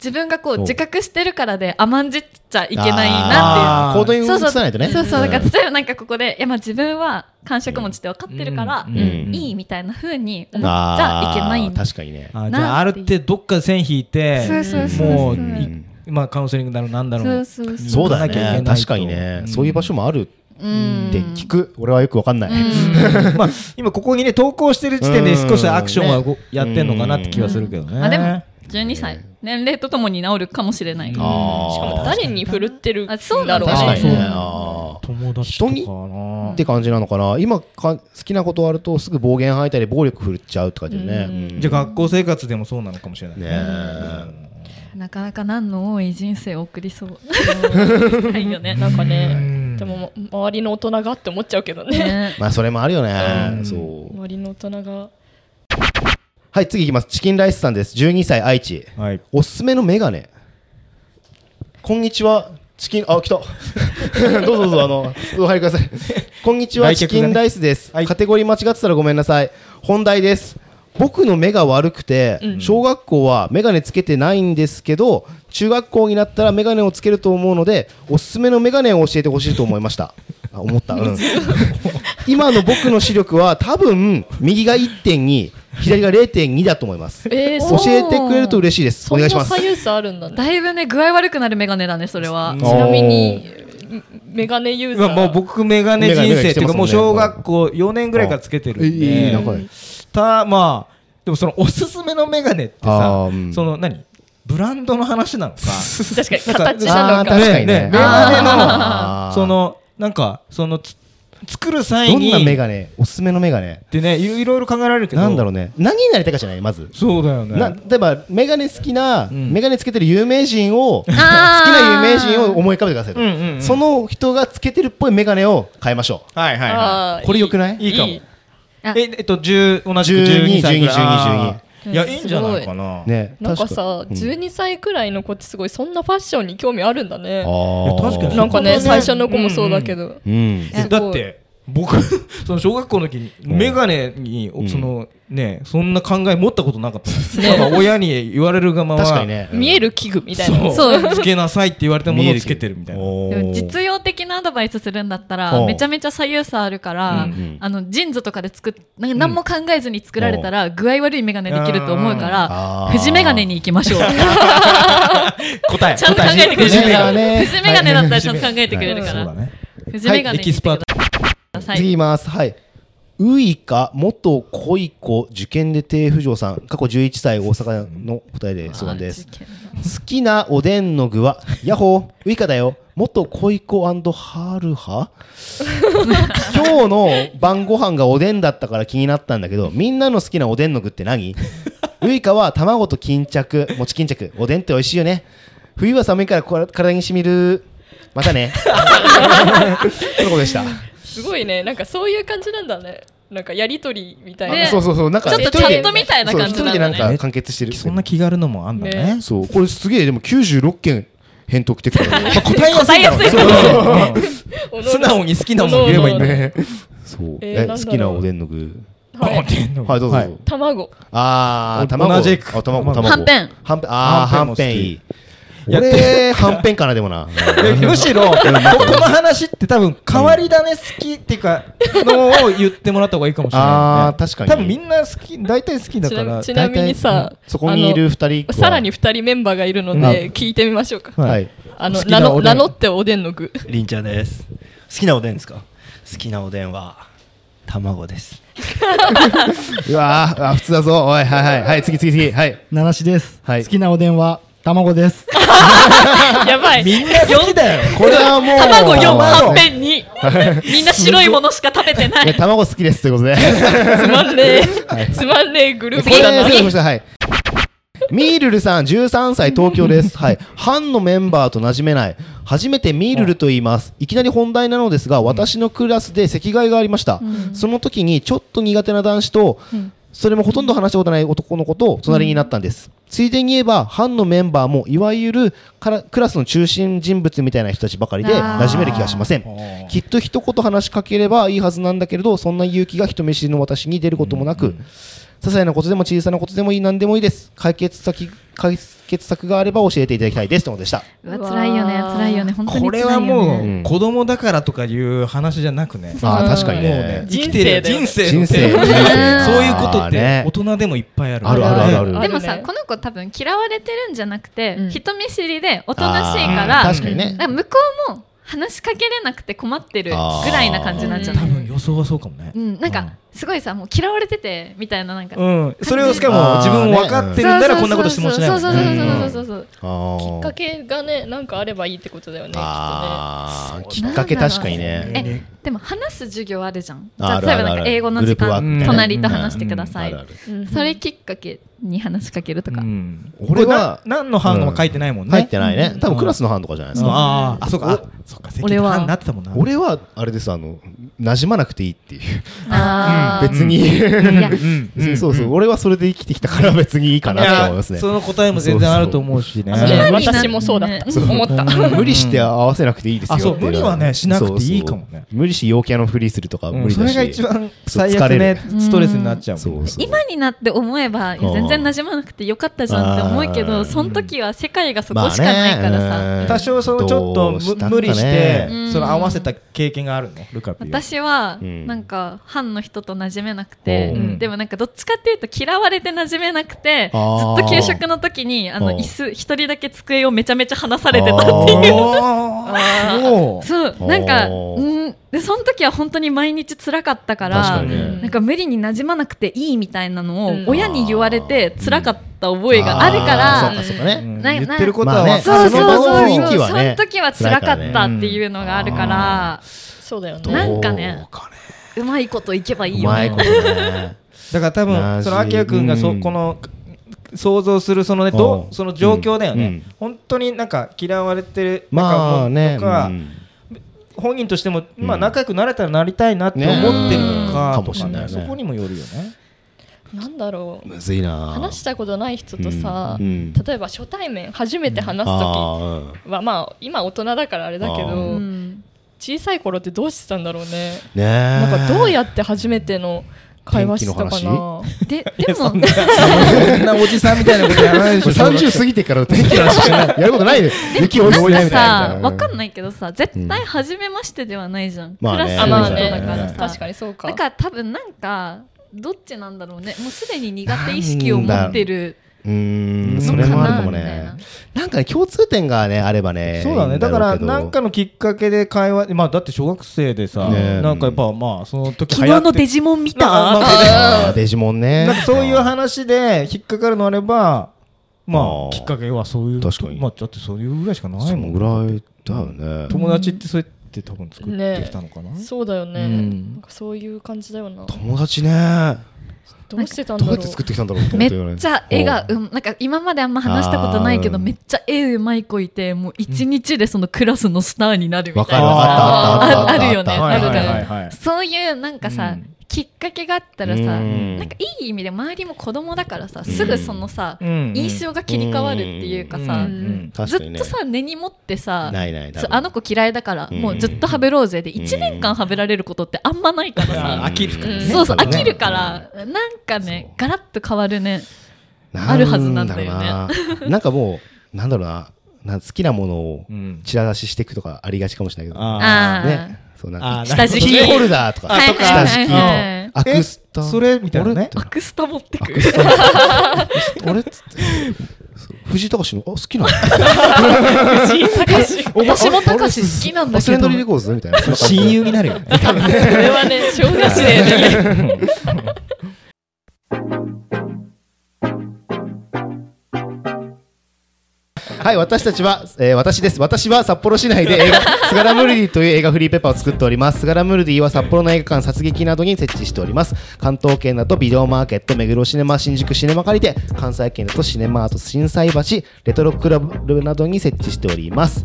[SPEAKER 5] 自分がこ
[SPEAKER 1] そう
[SPEAKER 5] う自覚してるからで甘んじっちゃいけないなっ
[SPEAKER 1] あー行動
[SPEAKER 5] て
[SPEAKER 1] に
[SPEAKER 5] いう。
[SPEAKER 1] 移
[SPEAKER 5] そうそう
[SPEAKER 1] さないとね
[SPEAKER 5] そうそうだから
[SPEAKER 1] ん
[SPEAKER 5] 例えばなんかここでいやまあ自分は感触持ちって分かってるから、
[SPEAKER 2] うん
[SPEAKER 1] うん
[SPEAKER 5] いいみたいな風に思っちゃ
[SPEAKER 1] あ
[SPEAKER 5] いけない
[SPEAKER 1] ー
[SPEAKER 5] んだ
[SPEAKER 1] 確かにね
[SPEAKER 2] あじゃああ
[SPEAKER 5] な
[SPEAKER 2] る
[SPEAKER 5] んていう
[SPEAKER 2] 程度どっかで線引いて
[SPEAKER 5] そうそうそうそう
[SPEAKER 2] もうい
[SPEAKER 1] うん
[SPEAKER 2] まあカウンセリングだろうなんだろう
[SPEAKER 5] そうそうそう
[SPEAKER 1] そうだ
[SPEAKER 2] 行かなきゃいけ
[SPEAKER 1] ね
[SPEAKER 2] ないと
[SPEAKER 1] 確かにね、
[SPEAKER 2] うん
[SPEAKER 1] そういう場所もあるって
[SPEAKER 5] うん
[SPEAKER 1] 聞く、俺はよくわかんない、
[SPEAKER 2] まあ今ここにね投稿してる時点で少しアクションは
[SPEAKER 1] うん
[SPEAKER 2] ごやってんのかなって気はするけどね
[SPEAKER 5] まあでも12歳年齢とともに治るかもしれないから
[SPEAKER 1] あー
[SPEAKER 4] しかも誰に振るってるんだ
[SPEAKER 5] あそう
[SPEAKER 4] ろう
[SPEAKER 5] なんだ
[SPEAKER 1] 確かにね
[SPEAKER 2] そう
[SPEAKER 1] あ
[SPEAKER 2] 友達とかな
[SPEAKER 1] ーって感じなのかな今か好きなことあるとすぐ暴言吐いたり暴力振るっちゃうって感じだよね、うん
[SPEAKER 2] じゃあ学校生活でもそうなのかもしれない
[SPEAKER 1] ね
[SPEAKER 5] なかなか何の多い人生を送りそう
[SPEAKER 4] ないよねなんかねでも周りの大人がって思っちゃうけどね
[SPEAKER 5] ね
[SPEAKER 1] まあそれもあるよね、
[SPEAKER 2] うん
[SPEAKER 1] そう
[SPEAKER 4] 周りの大人が
[SPEAKER 1] はい次いきますチキンライスさんです12歳愛知
[SPEAKER 2] はい
[SPEAKER 1] おすすめのメガネこんにちはチキンあ来た どうぞどうぞあのお入りくださいこんにちは、
[SPEAKER 2] 来
[SPEAKER 1] チ
[SPEAKER 2] 客がね
[SPEAKER 1] キンライスです、
[SPEAKER 2] はい
[SPEAKER 1] カテゴリー間違ってたらごめんなさい本題です僕の目が悪くて、小学校はメガネつけてないんですけど中学校になったらメガネをつけると思うのでおすすめのメガネを教えてほしいと思いま したあ思った、うん、今の僕の視力は多分右が1.2左が0.2だと思います
[SPEAKER 4] えー、
[SPEAKER 1] 教
[SPEAKER 4] そ
[SPEAKER 1] えてくれると嬉しいです
[SPEAKER 4] そ
[SPEAKER 1] お
[SPEAKER 4] ん
[SPEAKER 1] 願
[SPEAKER 4] ない
[SPEAKER 1] します
[SPEAKER 4] 左右差あるんだね
[SPEAKER 5] だいぶね具合悪くなるメガネだねそれは
[SPEAKER 1] ん
[SPEAKER 4] ちなみにメガネユーザ
[SPEAKER 2] 今
[SPEAKER 4] ー
[SPEAKER 2] もう僕メガネ人生っていうかもう小学校4年ぐらいからつけてるん
[SPEAKER 1] いい
[SPEAKER 2] で
[SPEAKER 1] 仲いい
[SPEAKER 2] たまあでもそのおすすめのメガネって
[SPEAKER 1] あ
[SPEAKER 2] さ
[SPEAKER 1] ーうん
[SPEAKER 2] その何ブランドの話なのか
[SPEAKER 4] 確かに
[SPEAKER 2] なんか
[SPEAKER 4] 形なのか
[SPEAKER 1] あー確かにね
[SPEAKER 2] メガネ の
[SPEAKER 1] あー
[SPEAKER 2] そのなんかそのつ作る際
[SPEAKER 1] ど
[SPEAKER 2] に
[SPEAKER 1] んなメガネおすすめのメガネ
[SPEAKER 2] でねいいろいろ考えられるけど
[SPEAKER 1] なんだろうね何になりたいかじゃないまず
[SPEAKER 2] そうだよね
[SPEAKER 1] な例えばメガネ好きな、
[SPEAKER 2] ん
[SPEAKER 1] メガネつけてる有名人を好き
[SPEAKER 5] あー
[SPEAKER 1] な有名人を思い浮かべてくださいと、
[SPEAKER 2] うんうんうん
[SPEAKER 1] その人がつけてるっぽいメガネを変えましょ
[SPEAKER 2] はいはいは
[SPEAKER 4] あー
[SPEAKER 1] これ良くない
[SPEAKER 2] いいいかも
[SPEAKER 5] あ
[SPEAKER 2] いええっと10同じく
[SPEAKER 1] 12
[SPEAKER 2] 12歳ぐらい
[SPEAKER 1] 12
[SPEAKER 2] あー
[SPEAKER 5] 12
[SPEAKER 2] いやいいんじゃないかな
[SPEAKER 1] うね
[SPEAKER 4] なんか
[SPEAKER 1] 確
[SPEAKER 4] さ、
[SPEAKER 1] うん
[SPEAKER 4] 12歳くらいの子ってすごいそんなファッションに興味あるんだね
[SPEAKER 1] あー
[SPEAKER 2] いや確かに
[SPEAKER 4] なんか
[SPEAKER 2] そ
[SPEAKER 4] ね
[SPEAKER 2] こがね
[SPEAKER 4] 最初の子もそうだけど、
[SPEAKER 1] うん
[SPEAKER 5] すごい
[SPEAKER 2] だって僕 その小学校の時にメガネに
[SPEAKER 1] ん
[SPEAKER 2] そのねそんな考え持ったことなかったなんか親に言われるがまま
[SPEAKER 1] 確かにね
[SPEAKER 4] 見える器具みたいな
[SPEAKER 2] そう
[SPEAKER 5] そう
[SPEAKER 2] つけなさいって言われたものをつけてるみたいな
[SPEAKER 1] お
[SPEAKER 5] で
[SPEAKER 1] ー
[SPEAKER 5] も実用的なアドバイスするんだった
[SPEAKER 1] お
[SPEAKER 5] ら
[SPEAKER 1] う
[SPEAKER 5] めちゃめちゃ左右差あるから、
[SPEAKER 2] うん
[SPEAKER 1] うん
[SPEAKER 5] あのジーンズとかで作っなんか何も考えずに作られたら具合悪い眼鏡できると思うか
[SPEAKER 1] う
[SPEAKER 5] ら
[SPEAKER 1] ん
[SPEAKER 5] 富士眼鏡に行きましょう
[SPEAKER 2] 答え
[SPEAKER 5] ちゃんと考えてくれる
[SPEAKER 1] 藤眼
[SPEAKER 5] から
[SPEAKER 1] 鏡ね
[SPEAKER 5] 富士眼鏡だったらちゃんと考えてくれるか
[SPEAKER 2] そう
[SPEAKER 5] ら、
[SPEAKER 2] だね
[SPEAKER 5] 富士眼
[SPEAKER 2] エ
[SPEAKER 5] 鏡に
[SPEAKER 2] キ
[SPEAKER 5] 行っ
[SPEAKER 2] ス
[SPEAKER 5] てく
[SPEAKER 2] パ
[SPEAKER 5] だ
[SPEAKER 2] ート
[SPEAKER 5] さい、
[SPEAKER 1] 次います。はい。ウイカ元恋子受験で低浮上さん過去11歳大阪の答えで相談です好きなおでんの具はヤッホーウイカだよ元恋子ハルハ今日の晩ご飯がおでんだったから気になったんだけどみんなの好きなおでんの具って何ウイカは卵と巾着餅巾着おでんって美味しいよね冬は寒いからこ体にしみるまたねとのことでした
[SPEAKER 4] すごいねなんかそういう感じなんだねなんかやりとりみたいな、
[SPEAKER 5] ね
[SPEAKER 1] あそうそうそうなんか
[SPEAKER 5] ちょっ
[SPEAKER 1] 一人
[SPEAKER 5] と
[SPEAKER 1] で
[SPEAKER 5] チャットみたいな感じ
[SPEAKER 1] そう一
[SPEAKER 5] な
[SPEAKER 1] 人で
[SPEAKER 5] ん
[SPEAKER 1] な
[SPEAKER 5] だ
[SPEAKER 1] ん
[SPEAKER 5] ね
[SPEAKER 1] か完結してる
[SPEAKER 2] そんな気軽のもあんだね
[SPEAKER 4] ね
[SPEAKER 1] そうこれすげえでも96件返答来てくれたね
[SPEAKER 2] まあ答えやすいんだろうね
[SPEAKER 4] おのおの
[SPEAKER 2] 素直に好きなもの言えばいいんだよ
[SPEAKER 1] ねそう
[SPEAKER 4] えー
[SPEAKER 1] え
[SPEAKER 4] な
[SPEAKER 1] 好
[SPEAKER 4] んだろう
[SPEAKER 1] きなおでんの具
[SPEAKER 4] はい
[SPEAKER 1] はいどうぞ
[SPEAKER 2] はい
[SPEAKER 4] 卵
[SPEAKER 1] あー
[SPEAKER 2] お
[SPEAKER 1] 卵
[SPEAKER 2] 同じく
[SPEAKER 1] あ卵卵
[SPEAKER 5] はんぺん
[SPEAKER 1] はんぺんあー
[SPEAKER 2] は
[SPEAKER 1] は
[SPEAKER 2] ん
[SPEAKER 1] ん
[SPEAKER 2] ぺ
[SPEAKER 1] ぺん
[SPEAKER 2] んも好き
[SPEAKER 1] いい
[SPEAKER 2] やっ
[SPEAKER 1] 俺
[SPEAKER 2] て
[SPEAKER 1] はんぺんかなでもな
[SPEAKER 2] いやむしろここの話って多分変わり種好きっていうかのを言ってもらった方がいいかもしれない
[SPEAKER 1] あー
[SPEAKER 2] ね
[SPEAKER 1] 確かに
[SPEAKER 2] 多分みんな好き大体好きだから
[SPEAKER 4] ちなみにさ
[SPEAKER 1] 大体そこにいる2人
[SPEAKER 4] さらに
[SPEAKER 1] は
[SPEAKER 4] 2人メンバーがいるので聞いてみましょうか
[SPEAKER 1] はい
[SPEAKER 4] あの
[SPEAKER 8] 好きな
[SPEAKER 4] 名の
[SPEAKER 8] おで
[SPEAKER 4] 名
[SPEAKER 8] ん
[SPEAKER 4] 乗っておでんの具
[SPEAKER 8] りんちゃんです好きなおでんですか好きなおでんは卵です
[SPEAKER 1] うわーあ普通だぞおいはいはいはい次次次はい
[SPEAKER 8] 七しです、
[SPEAKER 1] はい
[SPEAKER 8] 好きなおでんは卵です
[SPEAKER 4] やばい
[SPEAKER 2] みんな好きだよ
[SPEAKER 1] これはもう
[SPEAKER 5] 卵4は
[SPEAKER 1] は
[SPEAKER 5] んぺんにみんな白いものしか食べてないい
[SPEAKER 1] や卵好きですということで
[SPEAKER 4] つまんねえつまんねえグループ
[SPEAKER 1] これ
[SPEAKER 4] だな
[SPEAKER 1] 失礼しましたはい。ミールルさん、13歳、東京です。はい。班のメンバーと馴染めない。初めてミールルと言います。いきなり本題なのですが、私のクラスで席替えがありました。その時に、ちょっと苦手な男子と、それもほとんど話したことない男の子と隣になったんです。ついでに言えば、班のメンバーも、いわゆるからクラスの中心人物みたいな人たちばかりで、馴染める気がしません。きっと一言話しかければいいはずなんだけれど、そんな勇気が人見知りの私に出ることもなく、些細なことでも小さなことでもいい何でもいいです解決先解決策があれば教えていただきたいですということでした
[SPEAKER 5] うわ辛いよね辛いよね本当に
[SPEAKER 2] こ
[SPEAKER 5] 辛い
[SPEAKER 2] れ
[SPEAKER 5] よね
[SPEAKER 2] はも
[SPEAKER 1] うん
[SPEAKER 2] う子供だからとかいう話じゃなくね
[SPEAKER 1] あ
[SPEAKER 4] うん
[SPEAKER 1] あ確かに
[SPEAKER 2] もうね
[SPEAKER 1] ね
[SPEAKER 2] 生きてる
[SPEAKER 4] 人
[SPEAKER 2] 人生
[SPEAKER 1] 人生
[SPEAKER 2] の
[SPEAKER 1] 人
[SPEAKER 2] テーマ
[SPEAKER 1] 生
[SPEAKER 2] そういうことっ
[SPEAKER 1] あー
[SPEAKER 2] て
[SPEAKER 1] ね
[SPEAKER 2] 大人でもいっぱいある
[SPEAKER 1] あるあるあるある
[SPEAKER 4] あ
[SPEAKER 5] でも
[SPEAKER 4] あ
[SPEAKER 5] さ、
[SPEAKER 4] るね
[SPEAKER 5] この子多分嫌われてるんじゃなくて、
[SPEAKER 4] うん
[SPEAKER 5] 人見知りでおとなしいから
[SPEAKER 1] あー確かにね
[SPEAKER 5] だら向こうも話しかけれなくて困ってるぐ
[SPEAKER 1] あー
[SPEAKER 5] らいな感じなんじゃ
[SPEAKER 2] 多
[SPEAKER 5] ない、
[SPEAKER 2] 分予想はそうかもね
[SPEAKER 5] うん、なんかすごいさもう嫌われててみたいななんか、
[SPEAKER 2] うんそれをしかも自分も分かってるんだらこんなことしてもしないもん
[SPEAKER 5] そうそうそうそうそうそうそう
[SPEAKER 1] あ
[SPEAKER 4] きっ
[SPEAKER 1] ー
[SPEAKER 4] かけがねなんかあればいいってことだよねきっとね
[SPEAKER 1] あーきっかけ確かにね
[SPEAKER 5] えでも話す授業あるじゃんじゃ
[SPEAKER 1] あ
[SPEAKER 5] あ
[SPEAKER 1] る
[SPEAKER 5] 例えば
[SPEAKER 1] あるあ
[SPEAKER 5] な
[SPEAKER 1] る
[SPEAKER 5] んか英語の
[SPEAKER 1] グル
[SPEAKER 5] 時
[SPEAKER 1] ープワーク
[SPEAKER 5] 間
[SPEAKER 1] ね
[SPEAKER 5] 隣と話してください、
[SPEAKER 1] あるある
[SPEAKER 5] それきっかけに話しかけるとか、
[SPEAKER 2] うん
[SPEAKER 1] 俺は
[SPEAKER 2] これな何の版も書いてないもんね
[SPEAKER 1] 入ってないね多分クラスの班とかじゃないですか
[SPEAKER 2] あーあそうかあそうか
[SPEAKER 5] 俺
[SPEAKER 2] 席の
[SPEAKER 5] は
[SPEAKER 2] 版になってたもんな
[SPEAKER 1] 俺はあれですあの馴染まなくていいっていう
[SPEAKER 5] あー
[SPEAKER 1] 別に
[SPEAKER 5] いや
[SPEAKER 2] うん
[SPEAKER 1] そうそうそう俺はそれで生きてきたから別にいいか
[SPEAKER 2] い
[SPEAKER 1] なと思い
[SPEAKER 2] や
[SPEAKER 1] ますね
[SPEAKER 2] その答えも全然あると思うしね
[SPEAKER 4] あのね
[SPEAKER 5] うん
[SPEAKER 4] 私もそうだった思った
[SPEAKER 1] 無理して合わせなくていいですよ
[SPEAKER 2] あそう
[SPEAKER 1] っていの
[SPEAKER 2] 無理はねしなくていいかもね
[SPEAKER 1] そうそう無理して陽キャのふりするとか
[SPEAKER 2] うん
[SPEAKER 1] 無理
[SPEAKER 2] そ
[SPEAKER 1] だ
[SPEAKER 2] れ
[SPEAKER 1] し
[SPEAKER 2] が一番
[SPEAKER 1] そう
[SPEAKER 2] 最悪
[SPEAKER 1] 疲れ
[SPEAKER 2] ね
[SPEAKER 1] る
[SPEAKER 2] ストレスになっちゃうもんね
[SPEAKER 1] そう
[SPEAKER 5] 今になって思えばいや
[SPEAKER 1] うん
[SPEAKER 5] 全然馴染まなくてよかったじゃんって思うけ
[SPEAKER 1] あ
[SPEAKER 5] ど
[SPEAKER 1] ー
[SPEAKER 5] その時は世界がそこしかないからさ、
[SPEAKER 1] まあね
[SPEAKER 2] 多少そのちょっ
[SPEAKER 1] ど
[SPEAKER 2] と
[SPEAKER 1] うしたんか
[SPEAKER 2] む
[SPEAKER 1] ね
[SPEAKER 2] 無理して
[SPEAKER 5] うん
[SPEAKER 2] その合わせた経験があるのルカピーは
[SPEAKER 5] 私は
[SPEAKER 1] うん
[SPEAKER 5] なんか班の人と馴染めなくて、
[SPEAKER 1] うん
[SPEAKER 5] でもなんかどっちかっていうと嫌われて馴染めなくてずっ
[SPEAKER 1] あー
[SPEAKER 5] と給食の時にあ
[SPEAKER 1] あ
[SPEAKER 5] の
[SPEAKER 1] ー
[SPEAKER 5] 椅子一人だけ机をめちゃめちゃ離されてたっていう
[SPEAKER 1] あ
[SPEAKER 2] おーそう
[SPEAKER 5] そうなんか
[SPEAKER 1] あー
[SPEAKER 5] うんでその時は本当に毎日辛かったから
[SPEAKER 1] 確かにね
[SPEAKER 5] なんか無理に馴染まなくていいみたいなの
[SPEAKER 4] う
[SPEAKER 5] を
[SPEAKER 4] ん
[SPEAKER 5] 親に言われて辛かった覚えがあるか
[SPEAKER 1] あー
[SPEAKER 5] ら
[SPEAKER 1] そうかそうか
[SPEAKER 2] う
[SPEAKER 1] ね
[SPEAKER 2] ん
[SPEAKER 5] な
[SPEAKER 2] 言ってることは
[SPEAKER 1] まあね
[SPEAKER 2] わか
[SPEAKER 5] そうそう
[SPEAKER 2] る
[SPEAKER 1] そ
[SPEAKER 5] そう
[SPEAKER 1] の場の
[SPEAKER 5] そう
[SPEAKER 1] 雰囲気はね
[SPEAKER 5] その時は辛かったっていうのがあるから、
[SPEAKER 4] そうだよ
[SPEAKER 1] どう
[SPEAKER 4] ね。
[SPEAKER 5] なんかね
[SPEAKER 1] かね
[SPEAKER 5] うまいこといけばいいうよ
[SPEAKER 1] まいことね
[SPEAKER 2] だから多
[SPEAKER 1] な
[SPEAKER 2] 分
[SPEAKER 1] じ
[SPEAKER 2] その秋谷君がそ、
[SPEAKER 1] うん
[SPEAKER 2] この想像するそのね
[SPEAKER 1] お
[SPEAKER 2] ど
[SPEAKER 1] う
[SPEAKER 2] その状況だよね、
[SPEAKER 1] うんうん
[SPEAKER 2] 本当になんか嫌われてるなんか
[SPEAKER 1] まあね
[SPEAKER 2] とか、
[SPEAKER 1] うん
[SPEAKER 2] 本人としても、まあ、
[SPEAKER 1] うん
[SPEAKER 2] 仲良くなれたらなりたいなって思ってるの
[SPEAKER 1] ね
[SPEAKER 2] か,、
[SPEAKER 1] かもしんないね
[SPEAKER 2] そこにもよるよ ね
[SPEAKER 4] なんだろう。
[SPEAKER 1] むずいな
[SPEAKER 4] 話したことない人とさ、
[SPEAKER 1] うんうん
[SPEAKER 4] 例えば初対面初めて話す時
[SPEAKER 1] あー
[SPEAKER 4] はまあ今大人だからあれだけ
[SPEAKER 1] あ
[SPEAKER 4] ど
[SPEAKER 1] ー
[SPEAKER 5] うん
[SPEAKER 4] 小さい頃ってどうしてたんだろうね
[SPEAKER 1] うんねえ
[SPEAKER 4] なんかどうやって初めての会話してたか
[SPEAKER 1] 天気
[SPEAKER 4] な
[SPEAKER 1] の
[SPEAKER 5] で でも
[SPEAKER 2] そんなおじさんみたいなことやらないでしょ
[SPEAKER 1] 三十過ぎてから天 気の話しないやることないで雪多い
[SPEAKER 5] な
[SPEAKER 1] 多いね
[SPEAKER 5] ん
[SPEAKER 1] み
[SPEAKER 5] か
[SPEAKER 1] たい
[SPEAKER 5] さ
[SPEAKER 1] な
[SPEAKER 5] わかん
[SPEAKER 1] い
[SPEAKER 5] ないけどさ絶対初めましてではないじゃん、
[SPEAKER 1] まあね
[SPEAKER 5] クラ
[SPEAKER 4] あ
[SPEAKER 5] ス
[SPEAKER 4] ま
[SPEAKER 5] の
[SPEAKER 4] あ
[SPEAKER 5] 人
[SPEAKER 4] ね
[SPEAKER 5] だからさ、
[SPEAKER 4] 確かにそうか
[SPEAKER 5] だから多分なんかどっちなんだろうねもうすでに苦手意識を持ってる
[SPEAKER 1] うーんそ
[SPEAKER 5] の
[SPEAKER 1] れ
[SPEAKER 5] か
[SPEAKER 1] もあるか
[SPEAKER 5] な
[SPEAKER 1] も
[SPEAKER 5] みたいな
[SPEAKER 1] ねなんかね共通点がねあればね
[SPEAKER 2] そうだ
[SPEAKER 1] いい
[SPEAKER 2] ね
[SPEAKER 1] んろ
[SPEAKER 2] だ
[SPEAKER 1] う
[SPEAKER 2] から
[SPEAKER 1] けど
[SPEAKER 2] なんかのきっかけで会話まあだって小学生でさ、
[SPEAKER 1] ね
[SPEAKER 2] なんかやっぱまあその時
[SPEAKER 5] 昨
[SPEAKER 2] 流行
[SPEAKER 5] 日
[SPEAKER 2] って
[SPEAKER 5] のデジモン見
[SPEAKER 2] な
[SPEAKER 5] た
[SPEAKER 2] な
[SPEAKER 1] あーデジモンね
[SPEAKER 2] なんかそういう話で引っかかるのあればま
[SPEAKER 1] あー
[SPEAKER 2] あきっかけはそういう
[SPEAKER 1] 確かに
[SPEAKER 2] まあだってそういうぐらいしかない
[SPEAKER 1] そ
[SPEAKER 2] も
[SPEAKER 1] の
[SPEAKER 2] ん
[SPEAKER 1] ぐらいだよね
[SPEAKER 2] 友達ってそうやって多分作ってきたのかな、
[SPEAKER 4] そうだよね、
[SPEAKER 2] うん
[SPEAKER 4] なんかそういう感じだよな
[SPEAKER 1] 友達ね
[SPEAKER 4] どうしてたんだ
[SPEAKER 1] どうや
[SPEAKER 4] ろう
[SPEAKER 1] って作ってきたんだろうと思
[SPEAKER 5] め
[SPEAKER 1] ってるよね
[SPEAKER 5] っちゃ絵がうんなんか今まであんま話したことないけ
[SPEAKER 1] あ
[SPEAKER 5] ど
[SPEAKER 1] ー
[SPEAKER 5] めっちゃ絵うまい子いてもう一日でそのクラスのスターになるみ
[SPEAKER 1] わ
[SPEAKER 5] た
[SPEAKER 1] か
[SPEAKER 5] い
[SPEAKER 1] る
[SPEAKER 5] な
[SPEAKER 1] わかった
[SPEAKER 5] あ
[SPEAKER 1] ったった
[SPEAKER 5] あるよね
[SPEAKER 1] った
[SPEAKER 5] あるじゃん
[SPEAKER 2] はいはい
[SPEAKER 5] そういうなんかさ、
[SPEAKER 2] うん
[SPEAKER 5] きっかけがあったらさ、
[SPEAKER 1] うん
[SPEAKER 5] なんかいい意味で周りも子供だからさ、すぐそのさ、
[SPEAKER 2] うん
[SPEAKER 5] 印象が切り替わるっていうかさ、
[SPEAKER 2] うん
[SPEAKER 1] 確
[SPEAKER 5] ず
[SPEAKER 1] かに
[SPEAKER 5] っ
[SPEAKER 1] ね
[SPEAKER 5] とさ根に持ってさ
[SPEAKER 1] ないない
[SPEAKER 5] そうあの子嫌いだから、
[SPEAKER 1] うん
[SPEAKER 5] もうずっとはべろうぜで
[SPEAKER 1] ん
[SPEAKER 5] 1年間はべられることってあんまないからさ、
[SPEAKER 2] 飽きるからね
[SPEAKER 5] そうそう飽きる
[SPEAKER 1] か
[SPEAKER 5] から、なんかねガラッと変わるね
[SPEAKER 1] ら
[SPEAKER 5] あるはずなんだよね
[SPEAKER 1] ねなんかもうなんだろうななん好きなものを
[SPEAKER 2] うん
[SPEAKER 1] チラ出ししていくとかありがちかもしれないけど
[SPEAKER 5] あー
[SPEAKER 1] ねそうなん
[SPEAKER 2] あ
[SPEAKER 1] か
[SPEAKER 2] ー
[SPEAKER 5] 下敷
[SPEAKER 1] キ
[SPEAKER 5] き
[SPEAKER 1] ーホルダーとか
[SPEAKER 5] はいはいはい
[SPEAKER 1] 下
[SPEAKER 5] はい
[SPEAKER 1] アクスタ
[SPEAKER 2] えそれみたいなね
[SPEAKER 5] アクスタ持ってく
[SPEAKER 1] アクスタあれっつってそう藤井隆のあ好きなの
[SPEAKER 5] 藤井隆 私も隆好きなんだ
[SPEAKER 1] あスレ
[SPEAKER 5] け
[SPEAKER 1] ンド
[SPEAKER 5] ど
[SPEAKER 1] リーレコーズみ たいな
[SPEAKER 2] 親友になるよね
[SPEAKER 4] それはね小学生で
[SPEAKER 1] はい、私たちは、えー私です。私は札幌市内で映画、 スガラムルディという映画フリーペーパーを作っております。スガラムルディは札幌の映画館、殺撃などに設置しております。関東圏だとビデオマーケット、目黒シネマ、新宿シネマ借りて、関西圏だとシネマート、心斎橋、レトロクラブなどに設置しております。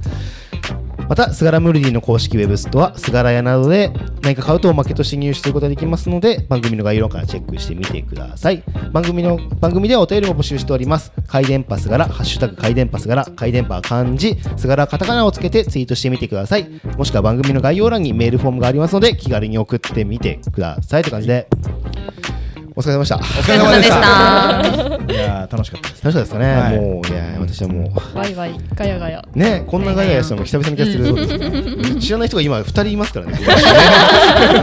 [SPEAKER 1] また、スガラムルディの公式ウェブストア、スガラ屋などで何か買うとおまけとして入手することができますので、番組の概要欄からチェックしてみてください。番組の、番組ではお便りも募集しております。回電波スガラ、ハッシュタグ回電波スガラ、回電波は漢字、スガラはカタカナをつけてツイートしてみてください。もしくは番組の概要欄にメールフォームがありますので、気軽に送ってみてください。という感じで、お疲れ様でした。楽し
[SPEAKER 5] お疲れ様でした
[SPEAKER 2] いやー楽しかったです
[SPEAKER 1] かったですかね、
[SPEAKER 2] はい
[SPEAKER 1] もう、いや、私はもう。
[SPEAKER 4] ワイワイガヤガヤ
[SPEAKER 1] ねこんなガヤガヤしたのも久々にキャスするそうです ね。知らない人が今2人います からね。そん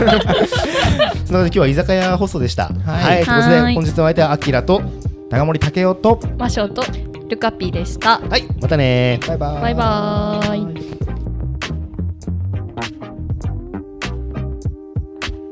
[SPEAKER 1] なので今日は居酒屋放送でした。はい、ということで
[SPEAKER 5] はい
[SPEAKER 1] 本日のお相手はアキラと、
[SPEAKER 2] 高森武雄と
[SPEAKER 4] マショと
[SPEAKER 5] ルカピーでした
[SPEAKER 1] はい、またね
[SPEAKER 2] バイバイ
[SPEAKER 4] バイバーイ